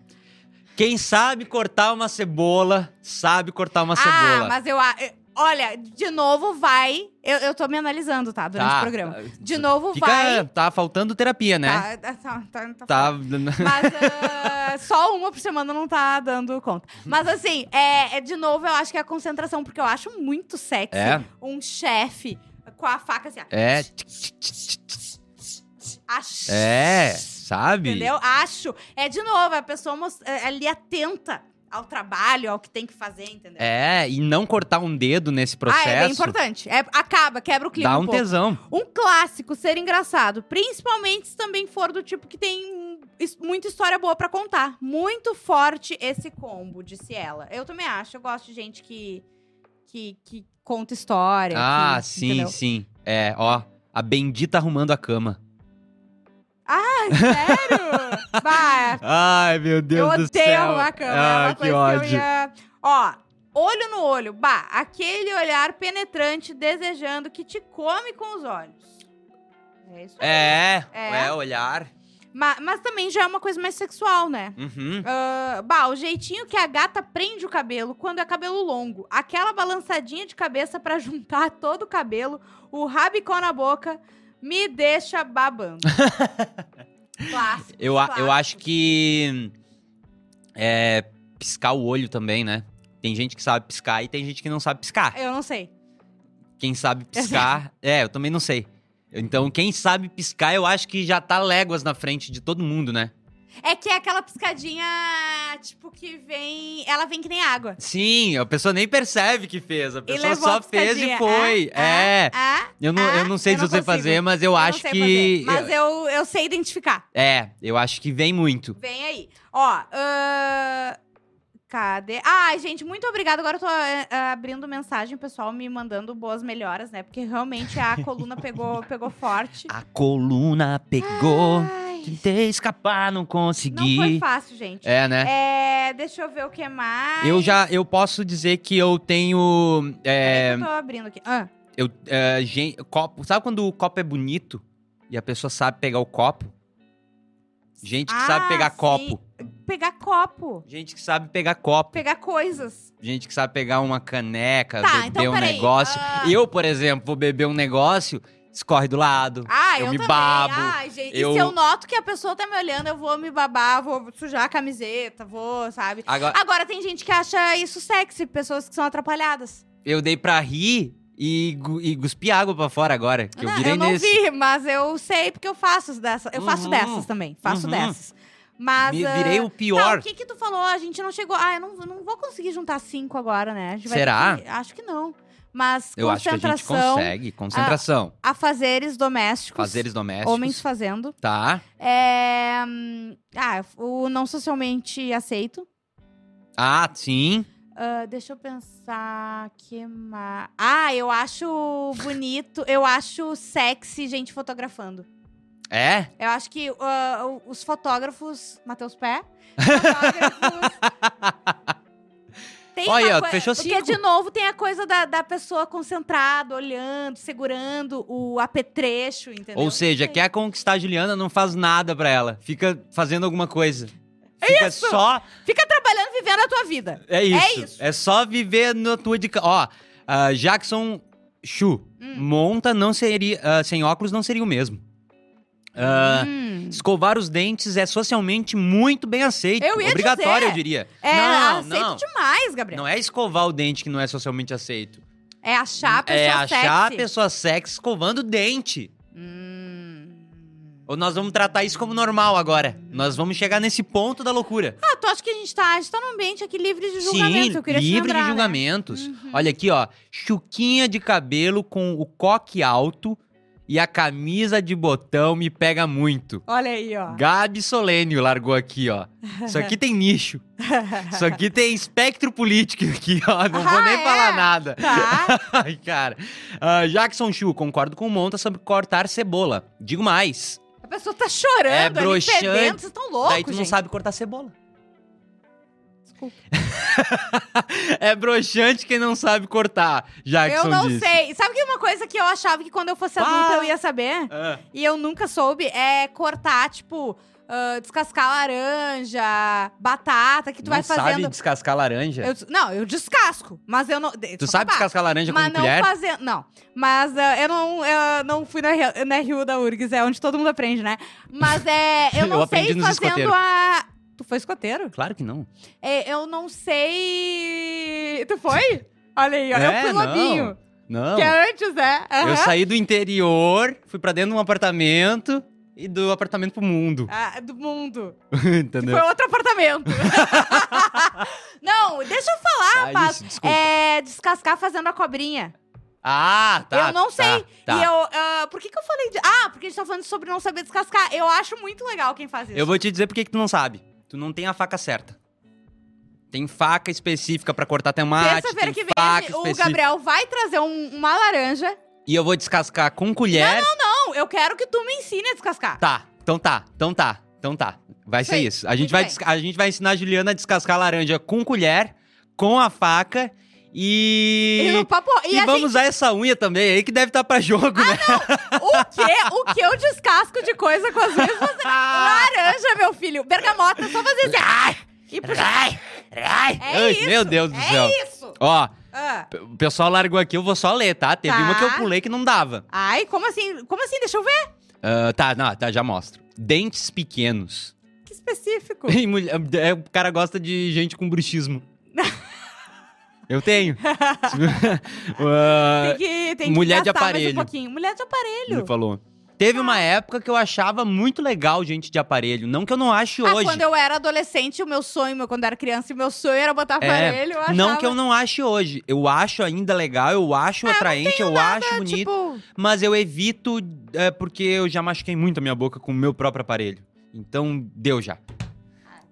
Speaker 3: Quem sabe cortar uma cebola, sabe cortar uma
Speaker 2: Ah,
Speaker 3: cebola.
Speaker 2: mas eu. a- eu- Olha, de novo vai. Eu, eu tô me analisando, tá? Durante o programa. De novo
Speaker 3: Fica,
Speaker 2: vai.
Speaker 3: Tá faltando terapia,
Speaker 2: Tá,
Speaker 3: né?
Speaker 2: tá, tá, tá, tá
Speaker 3: Tá.
Speaker 2: Mas ah, só uma por semana não tá dando conta. Mas assim, é, é de novo, eu acho que é a concentração, porque eu acho muito sexy
Speaker 3: É.
Speaker 2: um chefe com a faca assim, ó.
Speaker 3: É.
Speaker 2: Acho.
Speaker 3: É, sabe?
Speaker 2: Entendeu? Acho. É de novo, a pessoa mos- é, ali atenta ao trabalho, ao que tem que fazer, entendeu?
Speaker 3: É, e não cortar um dedo nesse processo.
Speaker 2: ah, é bem importante. É, acaba, quebra o clima.
Speaker 3: Dá
Speaker 2: um
Speaker 3: um
Speaker 2: pouco.
Speaker 3: tesão.
Speaker 2: Um clássico, ser engraçado. Principalmente se também for do tipo que tem hum, his- muita história boa pra contar. Muito forte esse combo, disse ela. Eu também acho. Eu gosto de gente que, que, que conta história.
Speaker 3: Ah,
Speaker 2: que-
Speaker 3: sim,
Speaker 2: entendeu?
Speaker 3: sim. É, ó. A bendita arrumando a cama.
Speaker 2: Ah, sério? Vai,
Speaker 3: Ai, meu Deus
Speaker 2: eu
Speaker 3: do
Speaker 2: odeio
Speaker 3: céu.
Speaker 2: arrumar cama. é
Speaker 3: Ah,
Speaker 2: uma
Speaker 3: que
Speaker 2: coisa que eu
Speaker 3: ódio.
Speaker 2: ia. Ó, olho no olho. Bah, aquele olhar penetrante, desejando que te come com os olhos. É isso aí.
Speaker 3: É,
Speaker 2: É.
Speaker 3: é, olhar.
Speaker 2: Ma- mas também já é uma coisa mais sexual, né?
Speaker 3: Uhum.
Speaker 2: Ah, bah, o jeitinho que a gata prende o cabelo quando é cabelo longo. Aquela balançadinha de cabeça pra juntar todo o cabelo, o rabicó na boca, me deixa babando. clássico.
Speaker 3: Eu, a- eu acho que. É. Piscar o olho também, né? Tem gente que sabe piscar e tem gente que não sabe piscar.
Speaker 2: Eu não sei.
Speaker 3: Quem sabe piscar. é, eu também não sei. Então, quem sabe piscar, eu acho que já tá léguas na frente de todo mundo, né?
Speaker 2: É que é aquela piscadinha, tipo, que vem. Ela vem que nem água.
Speaker 3: Sim, a pessoa nem percebe que fez. A pessoa
Speaker 2: levou a
Speaker 3: só fez e
Speaker 2: piscadinha.
Speaker 3: foi. É.
Speaker 2: Ah,
Speaker 3: Eu, não, eu não sei
Speaker 2: eu
Speaker 3: se
Speaker 2: não
Speaker 3: eu sei
Speaker 2: consigo.
Speaker 3: fazer, mas eu,
Speaker 2: eu
Speaker 3: acho
Speaker 2: não sei
Speaker 3: que.
Speaker 2: fazer, mas eu, eu sei identificar.
Speaker 3: É, eu acho que vem muito.
Speaker 2: Vem aí. Ó, ahn, cadê? Ai, gente, muito obrigada. Agora eu tô é, é, abrindo mensagem, pessoal, me mandando boas melhoras, né? Porque realmente a coluna pegou, pegou forte.
Speaker 3: A coluna pegou.
Speaker 2: Ai,
Speaker 3: Tentei escapar, não
Speaker 2: não
Speaker 3: consegui.
Speaker 2: foi fácil, gente.
Speaker 3: é, né?
Speaker 2: É, deixa eu ver o que mais.
Speaker 3: Eu já, eu posso dizer que eu tenho
Speaker 2: Peraí
Speaker 3: é,
Speaker 2: que eu tô abrindo aqui. Ah,
Speaker 3: eu, é, gen- copo. Sabe quando o copo é bonito e a pessoa sabe pegar o copo? Gente que
Speaker 2: Ah,
Speaker 3: sabe pegar
Speaker 2: sim.
Speaker 3: copo,
Speaker 2: pegar copo.
Speaker 3: gente que sabe pegar copo,
Speaker 2: Pegar coisas.
Speaker 3: gente que sabe pegar uma caneca,
Speaker 2: Tá,
Speaker 3: beber
Speaker 2: então
Speaker 3: um
Speaker 2: peraí.
Speaker 3: negócio.
Speaker 2: Ah.
Speaker 3: Eu, por exemplo, vou beber um negócio, escorre do lado.
Speaker 2: Ah, eu,
Speaker 3: Eu me
Speaker 2: também.
Speaker 3: babo,
Speaker 2: Ai, gente. E
Speaker 3: eu-
Speaker 2: se eu noto que a pessoa tá me olhando, eu vou me babar, vou sujar a camiseta, vou, sabe?
Speaker 3: Agora
Speaker 2: Agora tem gente que acha isso sexy, pessoas que são atrapalhadas.
Speaker 3: eu dei pra rir e, gu- e cuspi água pra fora agora, que eu
Speaker 2: Não,
Speaker 3: virei
Speaker 2: Ah, Né? eu não
Speaker 3: nesse.
Speaker 2: vi, mas eu sei porque eu faço dessas. Eu faço
Speaker 3: Uhum.
Speaker 2: dessas também, faço
Speaker 3: Uhum.
Speaker 2: dessas. Mas
Speaker 3: Me
Speaker 2: ah,
Speaker 3: virei o
Speaker 2: Tá,
Speaker 3: pior.
Speaker 2: o que que tu falou? A gente não chegou. Ah, eu não, não vou conseguir juntar cinco agora, né? A gente vai ter
Speaker 3: Será?
Speaker 2: que- acho que não. Mas
Speaker 3: eu acho que a gente
Speaker 2: concentração a,
Speaker 3: consegue. Concentração.
Speaker 2: fazeres domésticos.
Speaker 3: Fazeres domésticos.
Speaker 2: Homens fazendo.
Speaker 3: Tá.
Speaker 2: É, hum, ah, o não socialmente aceito.
Speaker 3: Ah, sim.
Speaker 2: Ah, deixa eu pensar que mais. Ah, eu acho bonito, eu acho sexy gente fotografando.
Speaker 3: É?
Speaker 2: Eu acho que ah, o- os fotógrafos. Matheus Pé? Fotógrafos. Tem uma
Speaker 3: Olha,
Speaker 2: coi-
Speaker 3: fechou
Speaker 2: Porque,
Speaker 3: cinco.
Speaker 2: de novo, tem a coisa da, da pessoa concentrada, olhando, segurando o apetrecho, entendeu? É.
Speaker 3: Ou seja,
Speaker 2: Tem.
Speaker 3: quer conquistar a Juliana, não faz nada pra ela. Fica fazendo alguma coisa. Fica
Speaker 2: É isso!
Speaker 3: só.
Speaker 2: Fica trabalhando, vivendo a tua vida.
Speaker 3: É isso. É
Speaker 2: isso.
Speaker 3: só viver na tua de. ca- Ó, ah, Jackson Chu.
Speaker 2: Hum.
Speaker 3: Monta não seria. ah, sem óculos não seria o mesmo. Ah,
Speaker 2: Hum.
Speaker 3: Escovar os dentes é socialmente muito bem aceito.
Speaker 2: Eu ia
Speaker 3: Obrigatório,
Speaker 2: dizer.
Speaker 3: eu diria.
Speaker 2: É,
Speaker 3: não,
Speaker 2: aceito
Speaker 3: não.
Speaker 2: demais, Gabriel.
Speaker 3: Não é escovar o dente que não é socialmente aceito.
Speaker 2: É achar a pessoa
Speaker 3: é achar
Speaker 2: sexy.
Speaker 3: a pessoa sexy escovando o dente.
Speaker 2: Hum.
Speaker 3: Ou nós vamos tratar isso como normal agora. Nós vamos chegar nesse ponto da loucura.
Speaker 2: Ah, tu acha que a gente tá, a gente tá num ambiente aqui livre de julgamento? eu
Speaker 3: Sim,
Speaker 2: queria te
Speaker 3: livre
Speaker 2: lembrar,
Speaker 3: de
Speaker 2: né?
Speaker 3: julgamentos.
Speaker 2: Uhum.
Speaker 3: Olha aqui, ó. Chuquinha de cabelo com o coque alto e a camisa de botão me pega muito.
Speaker 2: Olha aí, ó.
Speaker 3: Gabi Solênio largou aqui, ó. Isso aqui tem nicho. Isso aqui tem espectro político aqui, ó. Não vou
Speaker 2: Ah,
Speaker 3: nem
Speaker 2: é?
Speaker 3: falar nada.
Speaker 2: Tá.
Speaker 3: Ai, cara. Ah, Jackson Chu, concordo com o Monta sobre cortar cebola. Digo mais.
Speaker 2: A pessoa tá chorando,
Speaker 3: É
Speaker 2: ali
Speaker 3: broxante.
Speaker 2: fedendo, vocês estão loucos,
Speaker 3: Daí tu não
Speaker 2: gente.
Speaker 3: sabe cortar cebola.
Speaker 2: Desculpa.
Speaker 3: É broxante quem não sabe cortar, Jackson
Speaker 2: Eu não
Speaker 3: disse.
Speaker 2: sei. Sabe que uma coisa que eu achava que quando eu fosse
Speaker 3: Pá.
Speaker 2: adulta eu ia saber?
Speaker 3: Ah,
Speaker 2: E eu nunca soube é cortar, tipo, ah, descascar laranja, batata, que tu
Speaker 3: não
Speaker 2: vai
Speaker 3: sabe
Speaker 2: fazendo.
Speaker 3: descascar laranja?
Speaker 2: Eu- não, eu descasco, mas eu não. de-
Speaker 3: Tu
Speaker 2: só
Speaker 3: sabe
Speaker 2: pra-
Speaker 3: descascar laranja
Speaker 2: Mas
Speaker 3: com
Speaker 2: não
Speaker 3: colher?
Speaker 2: fazendo. Não. Mas ah, eu não, eu não fui na, Rio- na Rio da URGS, é onde todo mundo aprende, né? Mas é. Eu
Speaker 3: Eu
Speaker 2: não sei
Speaker 3: aprendi nos
Speaker 2: fazendo
Speaker 3: escoteiros.
Speaker 2: a. Tu foi escoteiro?
Speaker 3: Claro que não.
Speaker 2: É, eu não sei. Tu foi? Olha aí, ó. eu
Speaker 3: É,
Speaker 2: fui
Speaker 3: não.
Speaker 2: lobinho.
Speaker 3: Não.
Speaker 2: Que é antes, né?
Speaker 3: Eu
Speaker 2: Aham.
Speaker 3: saí do interior, fui pra dentro de um apartamento e do apartamento pro mundo.
Speaker 2: Ah, do mundo. Que
Speaker 3: Entendeu?
Speaker 2: foi outro apartamento. não, deixa eu falar,
Speaker 3: Ah,
Speaker 2: rapaz.
Speaker 3: isso, desculpa.
Speaker 2: É descascar fazendo a cobrinha.
Speaker 3: Ah, tá.
Speaker 2: eu não sei.
Speaker 3: tá, tá.
Speaker 2: E eu. ah, por que, que eu falei de. Ah, porque a gente tá falando sobre não saber descascar. Eu acho muito legal quem faz isso.
Speaker 3: Eu vou te dizer por que que tu não sabe. Tu não tem a faca certa. Tem faca específica pra cortar tomate.
Speaker 2: Terça-feira que vem,
Speaker 3: tem faca
Speaker 2: o
Speaker 3: específica.
Speaker 2: Gabriel vai trazer um- uma laranja.
Speaker 3: E eu vou descascar com colher.
Speaker 2: Não, eu quero que tu me ensine a descascar.
Speaker 3: Tá, então tá, então tá, então tá. Vai ser
Speaker 2: Sei,
Speaker 3: isso. A gente
Speaker 2: muito
Speaker 3: vai,
Speaker 2: bem.
Speaker 3: desca- a gente vai ensinar a Juliana a descascar a laranja com colher, com a faca e.
Speaker 2: E Ah, no papo. E, assim,
Speaker 3: e
Speaker 2: a
Speaker 3: vamos usar essa unha também aí que deve estar pra jogo, né?
Speaker 2: gente, o que? O que eu descasco de coisa com as mesmas. laranja, meu filho. Bergamota, só fazer assim. ah, E puxar.
Speaker 3: Ai, ai.
Speaker 2: É
Speaker 3: Ai,
Speaker 2: isso,
Speaker 3: Meu Deus do céu.
Speaker 2: É isso.
Speaker 3: Ó,
Speaker 2: Ah.
Speaker 3: p- o pessoal largou aqui, eu vou só ler, tá? Teve
Speaker 2: Tá.
Speaker 3: uma que eu pulei que não dava.
Speaker 2: Ai, como assim? Como assim? Deixa eu ver.
Speaker 3: Ah, tá, não, tá, já mostro. Dentes pequenos.
Speaker 2: Que específico.
Speaker 3: E mulher- é, o cara gosta de gente com bruxismo. Eu tenho. Ah,
Speaker 2: tem que, tem que
Speaker 3: mulher de
Speaker 2: gastar mais
Speaker 3: aparelho.
Speaker 2: um pouquinho. Mulher de aparelho.
Speaker 3: Ele falou. Teve uma época que eu achava muito legal gente de aparelho. Não que eu não ache
Speaker 2: Ah,
Speaker 3: hoje.
Speaker 2: quando eu era adolescente, o meu sonho, meu- quando eu era criança, o meu sonho era botar
Speaker 3: É,
Speaker 2: aparelho. eu
Speaker 3: Não
Speaker 2: achava,
Speaker 3: que eu não ache hoje. Eu acho ainda legal, Ah, eu acho atraente, eu, acho bonito.
Speaker 2: Tipo,
Speaker 3: Mas eu evito é, porque eu já machuquei muito a minha boca com o meu próprio aparelho. Então, deu já.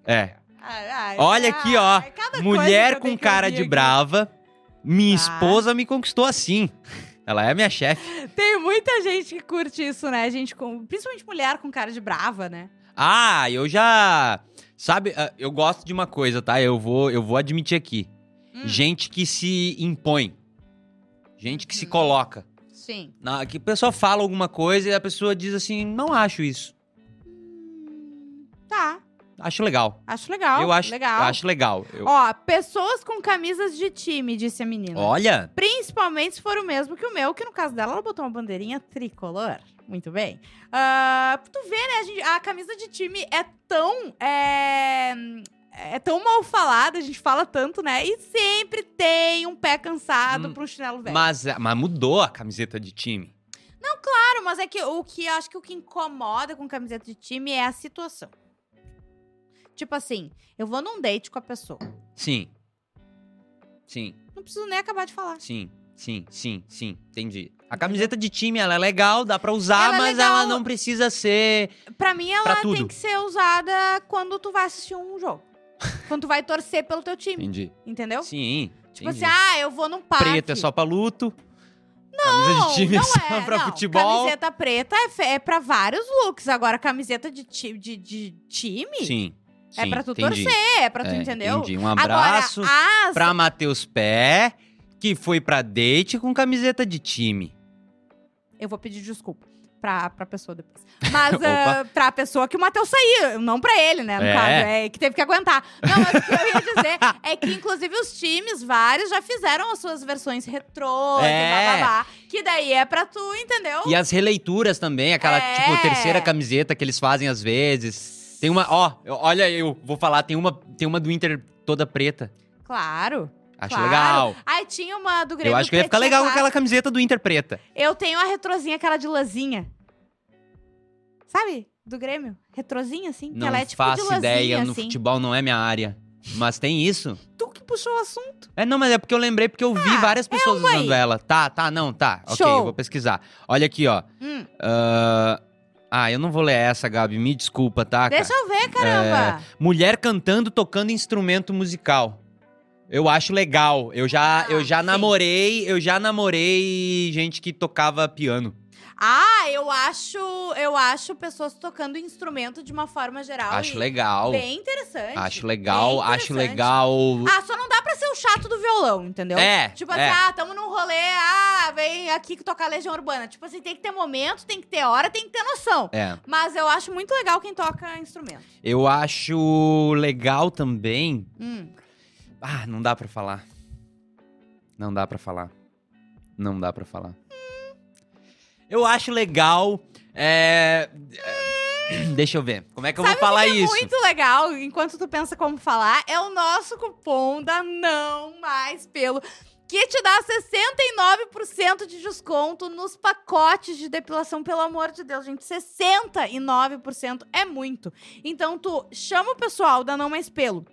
Speaker 3: É.
Speaker 2: ai, ai,
Speaker 3: Olha aqui, ó.
Speaker 2: ai, cada coisa que
Speaker 3: Mulher
Speaker 2: eu tenho
Speaker 3: com
Speaker 2: que
Speaker 3: cara
Speaker 2: ouvir
Speaker 3: de
Speaker 2: aqui.
Speaker 3: brava. Minha
Speaker 2: Tá.
Speaker 3: esposa me conquistou assim. Ela é minha chefe.
Speaker 2: Tem muita gente que curte isso, né? Gente com, principalmente mulher com cara de brava, né?
Speaker 3: Ah, eu já. Sabe, ah, eu gosto de uma coisa, tá? Eu vou, eu vou admitir aqui.
Speaker 2: Hum.
Speaker 3: Gente que se impõe. Gente que se
Speaker 2: Uhum.
Speaker 3: coloca.
Speaker 2: Sim.
Speaker 3: Na- que a pessoa fala alguma coisa e a pessoa diz assim: não acho isso.
Speaker 2: Tá.
Speaker 3: Acho legal.
Speaker 2: Acho legal.
Speaker 3: eu acho
Speaker 2: legal.
Speaker 3: Acho legal. Eu-
Speaker 2: Ó, pessoas com camisas de time, disse a menina.
Speaker 3: Olha,
Speaker 2: Principalmente se for o mesmo que o meu, que no caso dela, ela botou uma bandeirinha tricolor. Muito bem. Ah, tu vê, né? A, gente- a camisa de time é tão. É, é tão mal falada, a gente fala tanto, né? E sempre tem um pé cansado
Speaker 3: Hum,
Speaker 2: pra um chinelo velho.
Speaker 3: mas, mas mudou a camiseta de time.
Speaker 2: Claro, mas é que o que eu acho que o que incomoda com camiseta de time é a situação. Tipo assim, eu vou num date com a pessoa.
Speaker 3: Sim. Sim,
Speaker 2: Não preciso nem acabar de falar.
Speaker 3: sim, sim, sim, sim. Entendi. A camiseta de time, ela é legal, dá pra usar,
Speaker 2: Ela é
Speaker 3: mas
Speaker 2: legal.
Speaker 3: ela não precisa ser.
Speaker 2: Pra mim, ela
Speaker 3: Pra
Speaker 2: tem
Speaker 3: tudo.
Speaker 2: que ser usada quando tu vai assistir um jogo. quando tu vai torcer pelo teu time,
Speaker 3: Entendi.
Speaker 2: entendeu?
Speaker 3: Sim.
Speaker 2: Tipo
Speaker 3: entendi.
Speaker 2: assim, ah, eu vou num parque.
Speaker 3: Preta é só pra luto.
Speaker 2: não,
Speaker 3: Camisa de time
Speaker 2: não
Speaker 3: é só
Speaker 2: é,
Speaker 3: pra
Speaker 2: não.
Speaker 3: futebol.
Speaker 2: Camiseta preta é, fe- é pra vários looks. Agora, camiseta de, ti- de- de time
Speaker 3: Sim.
Speaker 2: é
Speaker 3: sim,
Speaker 2: pra tu
Speaker 3: entendi.
Speaker 2: torcer, é pra tu,
Speaker 3: É,
Speaker 2: entendeu?
Speaker 3: Entendi. Um abraço
Speaker 2: Agora, as
Speaker 3: pra Matheus Pé, que foi pra date com camiseta de time.
Speaker 2: Eu vou pedir desculpa pra, pra pessoa depois. Mas
Speaker 3: Opa.
Speaker 2: ah, pra pessoa que o Matheus saiu, não pra ele, né? No
Speaker 3: É.
Speaker 2: caso, é, que teve que aguentar. Não, mas o que eu ia dizer é que, inclusive, os times, vários, já fizeram as suas versões retrô,
Speaker 3: É.
Speaker 2: e bababá. Que daí é pra tu, entendeu?
Speaker 3: E as releituras também, aquela,
Speaker 2: É.
Speaker 3: tipo, terceira camiseta que eles fazem às vezes. Tem uma, ó, olha, eu vou falar, tem uma, tem uma do Inter toda preta.
Speaker 2: Claro.
Speaker 3: Acho
Speaker 2: Claro.
Speaker 3: legal.
Speaker 2: Aí tinha uma do Grêmio.
Speaker 3: Eu acho que ia ficar
Speaker 2: pretinha
Speaker 3: legal com
Speaker 2: clássica.
Speaker 3: aquela camiseta do Inter preta.
Speaker 2: Eu tenho a retrozinha, aquela de lãzinha. Sabe? Do Grêmio. Retrozinha, assim. que
Speaker 3: Não
Speaker 2: ela é tipo de
Speaker 3: faço
Speaker 2: lãzinha,
Speaker 3: ideia, no
Speaker 2: assim.
Speaker 3: futebol não é minha área. Mas tem isso?
Speaker 2: Tu que puxou o assunto.
Speaker 3: É, não, mas é porque eu lembrei, porque eu vi várias pessoas
Speaker 2: uma aí.
Speaker 3: usando ela. Tá, tá, não, tá. Ok,
Speaker 2: Ah, é, Show.
Speaker 3: eu vou pesquisar. Olha aqui, ó.
Speaker 2: Hum.
Speaker 3: Ah, ah, eu não vou ler essa, Gabi, me desculpa, tá? cara? É.
Speaker 2: Deixa eu ver, caramba.
Speaker 3: Mulher cantando, tocando instrumento musical. Eu acho legal. Eu já,
Speaker 2: Ah,
Speaker 3: eu já
Speaker 2: sim.
Speaker 3: namorei, eu já namorei gente que tocava piano.
Speaker 2: Ah, eu acho, eu acho pessoas tocando instrumento de uma forma geral.
Speaker 3: acho
Speaker 2: e
Speaker 3: legal.
Speaker 2: Bem interessante.
Speaker 3: Acho legal,
Speaker 2: bem
Speaker 3: acho
Speaker 2: interessante.
Speaker 3: legal.
Speaker 2: Ah, só não dá pra ser o chato do violão, entendeu?
Speaker 3: É,
Speaker 2: Tipo
Speaker 3: é.
Speaker 2: assim, ah, tamo num rolê, ah, vem aqui que tocar Legião Urbana. Tipo assim, tem que ter momento, tem que ter hora, tem que ter noção.
Speaker 3: É.
Speaker 2: Mas eu acho muito legal quem toca instrumento.
Speaker 3: Eu acho legal também.
Speaker 2: Hum.
Speaker 3: Ah, não dá pra falar. Não dá pra falar. Não dá pra falar. Eu acho legal. é, é, Deixa eu ver. Como é que eu vou falar isso?
Speaker 2: Muito legal, enquanto tu pensa como falar, é o nosso cupom da Não Mais Pelo, que te dá 69% de desconto nos pacotes de depilação, pelo amor de Deus, gente. 69% é muito. Então tu chama o pessoal da Não Mais Pelo.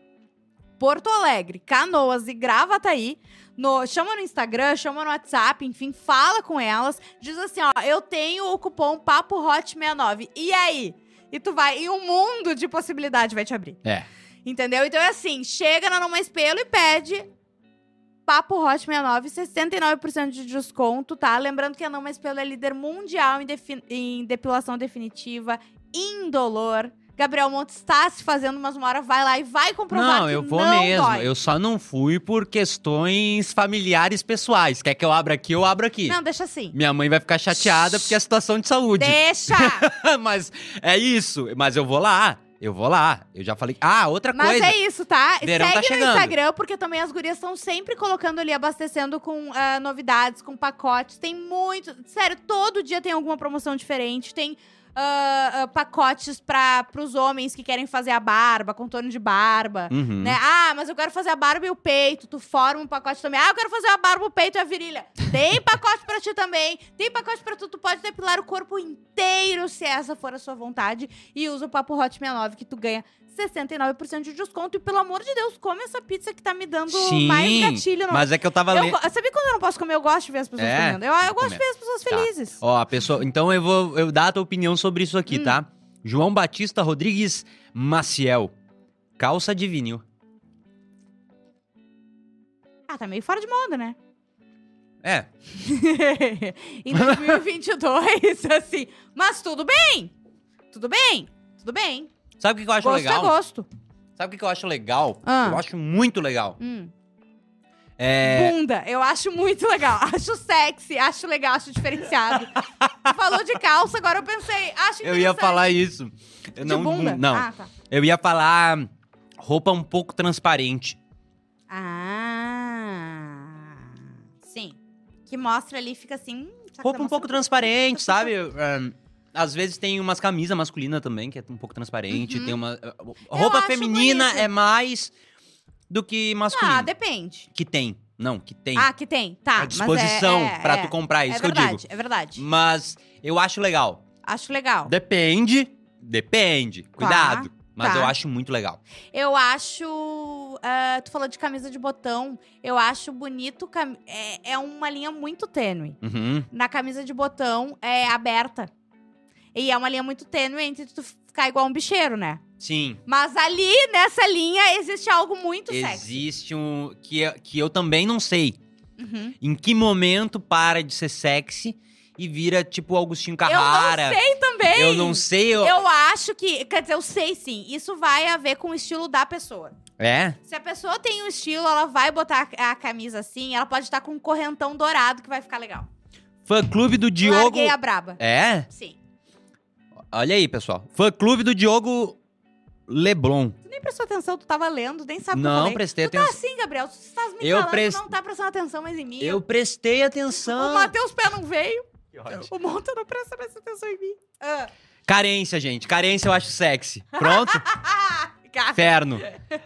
Speaker 2: Porto Alegre, Canoas e Gravataí. No, chama no Instagram, chama no WhatsApp, enfim, fala com elas. Diz assim, ó, eu tenho o cupom Papo Hot 69. E aí? E tu vai, e um mundo de possibilidade vai te abrir.
Speaker 3: É.
Speaker 2: Entendeu? Então é assim, chega na Não Mais Pelo e pede Papo Hot 69, 69% de desconto, tá? Lembrando que a Não Mais Pelo é líder mundial em, defi- em depilação definitiva, indolor. Gabriel Montes está se fazendo, mas uma hora vai lá e vai comprovar
Speaker 3: Não,
Speaker 2: que
Speaker 3: eu vou
Speaker 2: não
Speaker 3: mesmo.
Speaker 2: dói.
Speaker 3: Eu só não fui por questões familiares pessoais. Quer que eu abra aqui, eu abro aqui.
Speaker 2: Não, deixa assim.
Speaker 3: Minha mãe vai ficar chateada porque é situação de saúde.
Speaker 2: Deixa!
Speaker 3: Mas é isso. Mas eu vou lá. Eu vou lá. Eu já falei. Ah, outra
Speaker 2: Mas
Speaker 3: coisa.
Speaker 2: é isso, tá?
Speaker 3: Verão
Speaker 2: Segue
Speaker 3: tá
Speaker 2: no
Speaker 3: chegando.
Speaker 2: Instagram, porque também as gurias estão sempre colocando ali, abastecendo com ah, novidades, com pacotes. Tem muito. Sério, todo dia tem alguma promoção diferente. Tem ah, ah, pacotes para os homens que querem fazer a barba, contorno de barba.
Speaker 3: Uhum.
Speaker 2: Né? Ah, mas eu quero fazer a barba e o peito. Tu forma um pacote também. Ah, eu quero fazer a barba, o peito e a virilha. Tem pacote pra ti também. Tem pacote pra tu. Tu pode depilar o corpo inteiro se essa for a sua vontade. E usa o Papo Hot 69 que tu ganha 69% de desconto. E pelo amor de Deus, come essa pizza que tá me dando
Speaker 3: Sim,
Speaker 2: mais gatilho. No...
Speaker 3: Mas é que eu tava
Speaker 2: eu,
Speaker 3: lendo.
Speaker 2: go- Sabe quando eu não posso comer? Eu gosto de ver as pessoas
Speaker 3: É,
Speaker 2: comendo. Eu, eu gosto de
Speaker 3: comendo.
Speaker 2: ver as pessoas
Speaker 3: Tá.
Speaker 2: felizes.
Speaker 3: Ó, a pessoa. Então eu vou eu dar a tua opinião sobre isso
Speaker 2: Hum.
Speaker 3: aqui, tá? João Batista Rodrigues Maciel. Calça de vinil.
Speaker 2: Ah, tá meio fora de moda, né?
Speaker 3: É.
Speaker 2: em 2022, assim. Mas tudo bem. Tudo bem. Tudo bem.
Speaker 3: Sabe o que que eu acho
Speaker 2: gosto
Speaker 3: legal?
Speaker 2: é gosto.
Speaker 3: Sabe o que que eu acho legal?
Speaker 2: Ah.
Speaker 3: Eu acho muito legal.
Speaker 2: Hum.
Speaker 3: É.
Speaker 2: Bunda, eu acho muito legal. Acho sexy, acho legal, acho diferenciado. Falou de calça, agora eu pensei, acho
Speaker 3: Eu ia
Speaker 2: interessante.
Speaker 3: falar isso. Eu
Speaker 2: de
Speaker 3: não,
Speaker 2: bunda.
Speaker 3: Não.
Speaker 2: Ah, tá.
Speaker 3: Eu ia falar roupa um pouco transparente.
Speaker 2: Ah. Sim. Que mostra ali, fica assim. hum, será que
Speaker 3: Roupa
Speaker 2: tá
Speaker 3: um pouco
Speaker 2: mostrando?
Speaker 3: transparente, sabe? Ahn, Às vezes tem umas camisas masculinas também, que é um pouco transparente. Tem uma. eh, Roupa
Speaker 2: Uhum. acho
Speaker 3: feminina
Speaker 2: bonito.
Speaker 3: é mais do que masculina.
Speaker 2: Ah, depende.
Speaker 3: Que tem. Não, que tem.
Speaker 2: Ah, que tem. Tá.
Speaker 3: a disposição
Speaker 2: mas é, é,
Speaker 3: pra
Speaker 2: é.
Speaker 3: tu comprar, isso
Speaker 2: é
Speaker 3: que eu
Speaker 2: verdade,
Speaker 3: digo. Hum.
Speaker 2: É verdade.
Speaker 3: Mas eu acho legal.
Speaker 2: Acho legal.
Speaker 3: Depende. Depende. Cuidado. Mas
Speaker 2: tá.
Speaker 3: eu acho muito legal.
Speaker 2: Eu acho. ah, tu falou de camisa de botão. Eu acho bonito. cam- É, é uma linha muito tênue.
Speaker 3: Uhum.
Speaker 2: Na camisa de botão é aberta. E é uma linha muito tênue entre tu ficar igual um bicheiro, né?
Speaker 3: Sim.
Speaker 2: Mas ali, nessa linha, existe algo muito sexy.
Speaker 3: Existe um. Que, eu- que eu também não sei.
Speaker 2: Uhum.
Speaker 3: Em que momento para de ser sexy e vira tipo Augustinho
Speaker 2: Eu não
Speaker 3: Carrara.
Speaker 2: sei também.
Speaker 3: Eu não sei. Eu...
Speaker 2: Eu acho que. Quer dizer, eu sei sim. Isso vai a ver com o estilo da pessoa.
Speaker 3: É?
Speaker 2: Se a pessoa tem um estilo, ela vai botar a a camisa assim, ela pode estar com um correntão dourado que vai ficar legal.
Speaker 3: Fã clube do Diogo.
Speaker 2: Larguei a braba.
Speaker 3: É?
Speaker 2: Sim.
Speaker 3: Olha aí, pessoal. Fã clube do Diogo Leblon.
Speaker 2: Tu nem prestou atenção, tu tava lendo, nem sabe o que eu
Speaker 3: Não
Speaker 2: falei.
Speaker 3: prestei
Speaker 2: tu
Speaker 3: atenção.
Speaker 2: tá assim, Gabriel. Tu estás me
Speaker 3: Eu
Speaker 2: falando,
Speaker 3: pres-
Speaker 2: tu não tá prestando atenção mais em mim.
Speaker 3: Eu prestei
Speaker 2: O
Speaker 3: atenção.
Speaker 2: Matheus Pé não veio, o Monta não presta mais atenção em mim. Ah.
Speaker 3: Carência, gente. Carência eu acho sexy. Pronto?
Speaker 2: Cara,
Speaker 3: Inferno.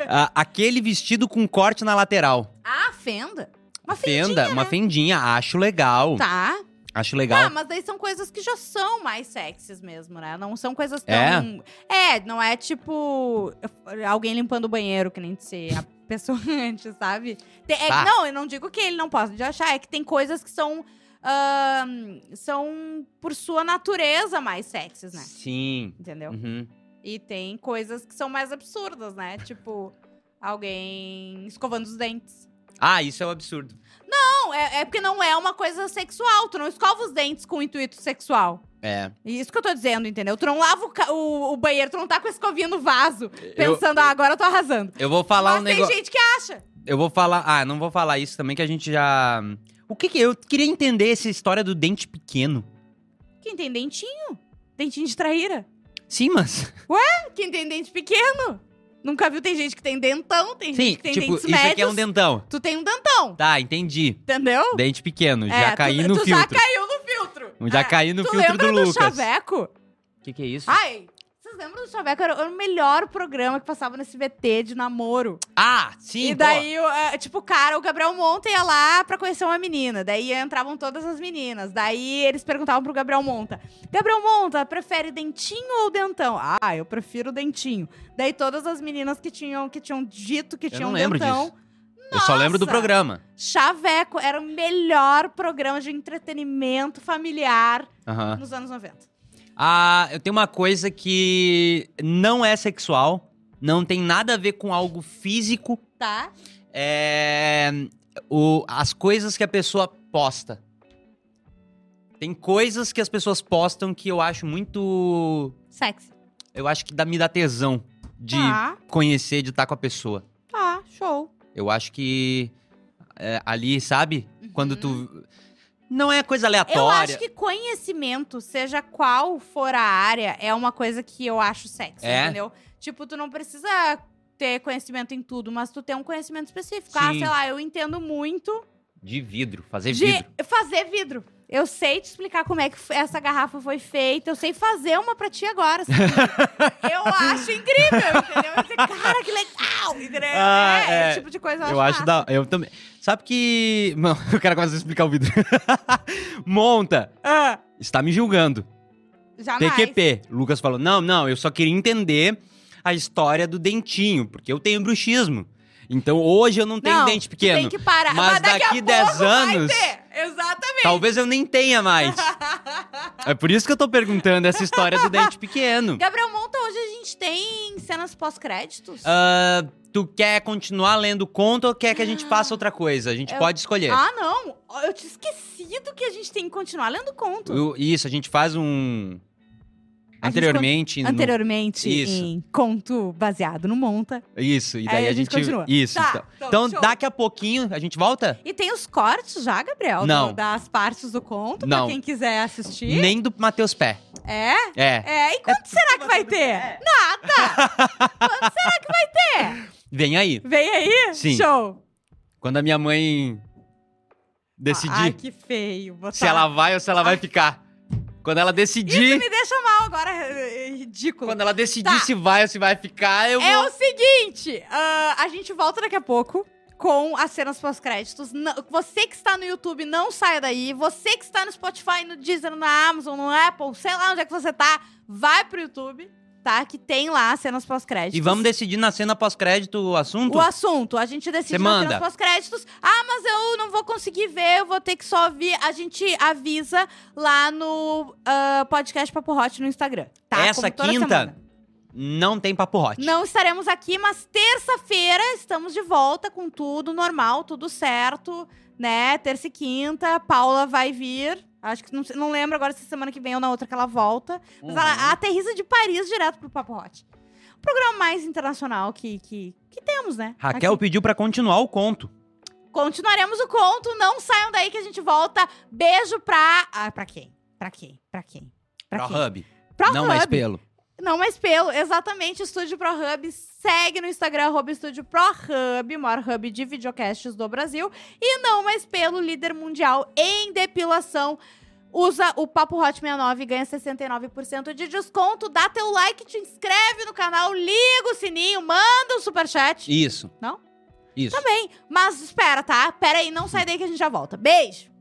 Speaker 3: Ah, aquele vestido com corte na lateral.
Speaker 2: Ah, fenda? Uma fendinha,
Speaker 3: Fenda, uma
Speaker 2: né?
Speaker 3: fendinha. Acho legal.
Speaker 2: Tá.
Speaker 3: Acho
Speaker 2: Tá,
Speaker 3: legal.
Speaker 2: mas daí são coisas que já são mais sexys mesmo, né? Não são coisas tão.
Speaker 3: É?
Speaker 2: É, não é tipo alguém limpando o banheiro, que nem se a pessoa antes, sabe? Tem- é-
Speaker 3: Tá.
Speaker 2: não, eu não digo que ele não possa de achar, é que tem coisas que são. ahn, são, por sua natureza, mais sexys, né?
Speaker 3: Sim.
Speaker 2: Entendeu?
Speaker 3: Uhum.
Speaker 2: E tem coisas que são mais absurdas, né? Tipo, alguém escovando os dentes.
Speaker 3: Ah, isso é um absurdo.
Speaker 2: Não, é, é porque não é uma coisa sexual. Tu não escova os dentes com intuito sexual.
Speaker 3: É.
Speaker 2: Isso que eu tô dizendo, entendeu? Tu não lava o, ca- o- o banheiro, tu não tá com a escovinha no vaso,
Speaker 3: Eu-
Speaker 2: pensando, ah, agora eu tô arrasando.
Speaker 3: Eu vou falar
Speaker 2: Mas
Speaker 3: um
Speaker 2: tem
Speaker 3: negócio.
Speaker 2: gente que é acha.
Speaker 3: Eu vou falar. Ah, não vou falar isso também, que a gente já. O que que. Eu queria entender essa história do dente pequeno.
Speaker 2: Quem tem dentinho? Dentinho de traíra.
Speaker 3: Sim, mas.
Speaker 2: Quem tem dente pequeno? Nunca viu? Tem gente que tem dentão, tem
Speaker 3: Sim,
Speaker 2: gente que tem
Speaker 3: tipo,
Speaker 2: dentes
Speaker 3: isso
Speaker 2: médios.
Speaker 3: aqui é um dentão.
Speaker 2: Tu tem um dentão,
Speaker 3: Tá, entendi.
Speaker 2: entendeu?
Speaker 3: Dente pequeno.
Speaker 2: É,
Speaker 3: já caí
Speaker 2: tu,
Speaker 3: no
Speaker 2: tu
Speaker 3: filtro.
Speaker 2: já caiu no filtro.
Speaker 3: Já
Speaker 2: É.
Speaker 3: caí no
Speaker 2: tu
Speaker 3: filtro
Speaker 2: lembra
Speaker 3: do
Speaker 2: do, Ah,
Speaker 3: Lucas.
Speaker 2: chaveco?
Speaker 3: O que, que é isso?
Speaker 2: Ai, vocês lembram do chaveco? Era o melhor programa que passava nesse VT de namoro.
Speaker 3: Ah, sim.
Speaker 2: e
Speaker 3: boa.
Speaker 2: daí, o, é, tipo, o cara, o Gabriel Monta ia lá pra conhecer uma menina. Daí entravam todas as meninas. Daí eles perguntavam pro Gabriel Monta: Gabriel Monta, prefere dentinho ou dentão? Ah, eu prefiro dentinho. Daí todas as meninas que tinham, que tinham dito que
Speaker 3: Eu
Speaker 2: tinham
Speaker 3: não lembro
Speaker 2: um dentão.
Speaker 3: disso. Eu só lembro do
Speaker 2: Nossa!
Speaker 3: programa.
Speaker 2: Chaveco era o melhor programa de entretenimento familiar
Speaker 3: Aham.
Speaker 2: nos anos 90.
Speaker 3: Ah, eu tenho uma coisa que não é sexual, não tem nada a ver com algo físico.
Speaker 2: Tá?
Speaker 3: É. O, as coisas que a pessoa posta. Tem coisas que as pessoas postam que eu acho muito.
Speaker 2: Sexy.
Speaker 3: Eu acho que dá, me dá tesão de
Speaker 2: Tá,
Speaker 3: conhecer, de estar com a pessoa.
Speaker 2: tá, show.
Speaker 3: Eu acho que. é, ali, sabe? Quando
Speaker 2: Uhum.
Speaker 3: tu. Não é coisa
Speaker 2: Eu
Speaker 3: aleatória.
Speaker 2: acho que conhecimento, seja qual for a área, é uma coisa que eu acho sexy,
Speaker 3: É?
Speaker 2: entendeu? Tipo, tu não precisa ter conhecimento em tudo, mas tu tem um conhecimento específico. Ah,
Speaker 3: Sim.
Speaker 2: sei lá, eu entendo muito
Speaker 3: De vidro, fazer
Speaker 2: de
Speaker 3: vidro.
Speaker 2: fazer vidro. Eu sei te explicar como é que f- essa garrafa foi feita. Eu sei fazer uma pra ti agora. assim. eu acho incrível, entendeu? Eu dizer, cara, que legal! Entendeu?
Speaker 3: Ah,
Speaker 2: é,
Speaker 3: é.
Speaker 2: esse tipo de coisa eu,
Speaker 3: Eu acho
Speaker 2: massa.
Speaker 3: da. Eu também. Sabe que. Não, o cara começa a explicar o vidro. Monta. Está me julgando.
Speaker 2: Jamais.
Speaker 3: PQP. Lucas falou: não, não, eu só queria entender a história do dentinho, porque eu tenho bruxismo. Então hoje eu não tenho
Speaker 2: Não,
Speaker 3: dente
Speaker 2: tu tem
Speaker 3: pequeno.
Speaker 2: que parar.
Speaker 3: mas
Speaker 2: daqui,
Speaker 3: daqui
Speaker 2: a
Speaker 3: 10
Speaker 2: pouco
Speaker 3: anos-
Speaker 2: Vai ter. Exatamente.
Speaker 3: Talvez eu nem tenha mais. É por isso que eu tô perguntando essa história do dente pequeno.
Speaker 2: Gabriel Monta, hoje a gente tem cenas pós-créditos?
Speaker 3: Ah, tu quer continuar lendo o conto ou quer que a gente faça outra coisa? A gente
Speaker 2: Eu-
Speaker 3: pode escolher.
Speaker 2: Ah, não. Ó, Eu tinha esquecido que a gente tem que continuar lendo conto.
Speaker 3: Eu- isso, a gente faz um.
Speaker 2: A gente
Speaker 3: Anteriormente. no-
Speaker 2: Anteriormente,
Speaker 3: Isso.
Speaker 2: em conto baseado no Monta.
Speaker 3: Isso, e
Speaker 2: Aí
Speaker 3: daí
Speaker 2: a
Speaker 3: a
Speaker 2: gente
Speaker 3: gente.
Speaker 2: continua.
Speaker 3: Isso.
Speaker 2: Tá,
Speaker 3: então.
Speaker 2: então,
Speaker 3: então,
Speaker 2: show.
Speaker 3: daqui a pouquinho, a gente volta?
Speaker 2: E tem os cortes já, Gabriel? do-
Speaker 3: Não.
Speaker 2: das partes do conto,
Speaker 3: Não.
Speaker 2: pra quem quiser assistir.
Speaker 3: Nem do Matheus Pé.
Speaker 2: É?
Speaker 3: É.
Speaker 2: É, e quanto será que vai ter? Nada! quanto será que vai ter?
Speaker 3: Vem aí.
Speaker 2: Vem aí?
Speaker 3: Sim.
Speaker 2: Show!
Speaker 3: Quando a minha mãe decidir
Speaker 2: Ah, Ai, que feio. Botar...
Speaker 3: se ela vai ou se ela vai ficar. Quando ela decidir.
Speaker 2: Isso me deixa mal agora, é- é ridículo.
Speaker 3: Quando ela decidir
Speaker 2: Tá.
Speaker 3: se vai ou se vai ficar, eu vou.
Speaker 2: É o seguinte, ah, a gente volta daqui a pouco com as cenas pós-créditos. Não- Você que está no YouTube, não saia daí. Você que está no Spotify, no Deezer, na Amazon, no Apple, sei lá onde é que você tá, vai pro YouTube, tá? Que tem lá as cenas pós-créditos.
Speaker 3: E vamos decidir na cena pós-crédito o assunto?
Speaker 2: o assunto, a gente decide
Speaker 3: Você
Speaker 2: nas cenas
Speaker 3: manda.
Speaker 2: pós-créditos. Ah, mas eu não vou conseguir ver, eu vou ter que só ouvir. A gente avisa lá no ah, podcast Papo Hot no Instagram, tá?
Speaker 3: Essa
Speaker 2: Como toda
Speaker 3: quinta
Speaker 2: semana.
Speaker 3: não tem papo hot.
Speaker 2: Não estaremos aqui, mas terça-feira estamos de volta com tudo normal, tudo certo, né? Terça e quinta, Paula vai vir. Acho que não, sei- não lembro agora se é semana que vem ou na outra que ela volta. Mas
Speaker 3: Uhum.
Speaker 2: ela aterriza de Paris direto pro Papo Hot. O programa mais internacional que, que, que temos, né?
Speaker 3: Raquel
Speaker 2: Aqui.
Speaker 3: pediu pra continuar o conto.
Speaker 2: Continuaremos o conto, não saiam daí que a gente volta. Beijo pra. Ah, pra quem? Pra quem? Pra quem? Pra
Speaker 3: Pra
Speaker 2: quem?
Speaker 3: Hub.
Speaker 2: Pra
Speaker 3: não mais
Speaker 2: Hub.
Speaker 3: pelo.
Speaker 2: Não mais pelo, exatamente, Estúdio Pro Hub. Segue no Instagram, arroba Estúdio Pro Hub, maior hub de videocasts do Brasil. E não mais pelo, líder mundial em depilação. Usa o Papo Hot 69 e ganha 69% de desconto. Dá teu like, te inscreve no canal, liga o sininho, manda um superchat.
Speaker 3: Isso.
Speaker 2: Não?
Speaker 3: Isso.
Speaker 2: Também, mas espera, tá? Pera aí, não sai daí que a gente já volta. Beijo!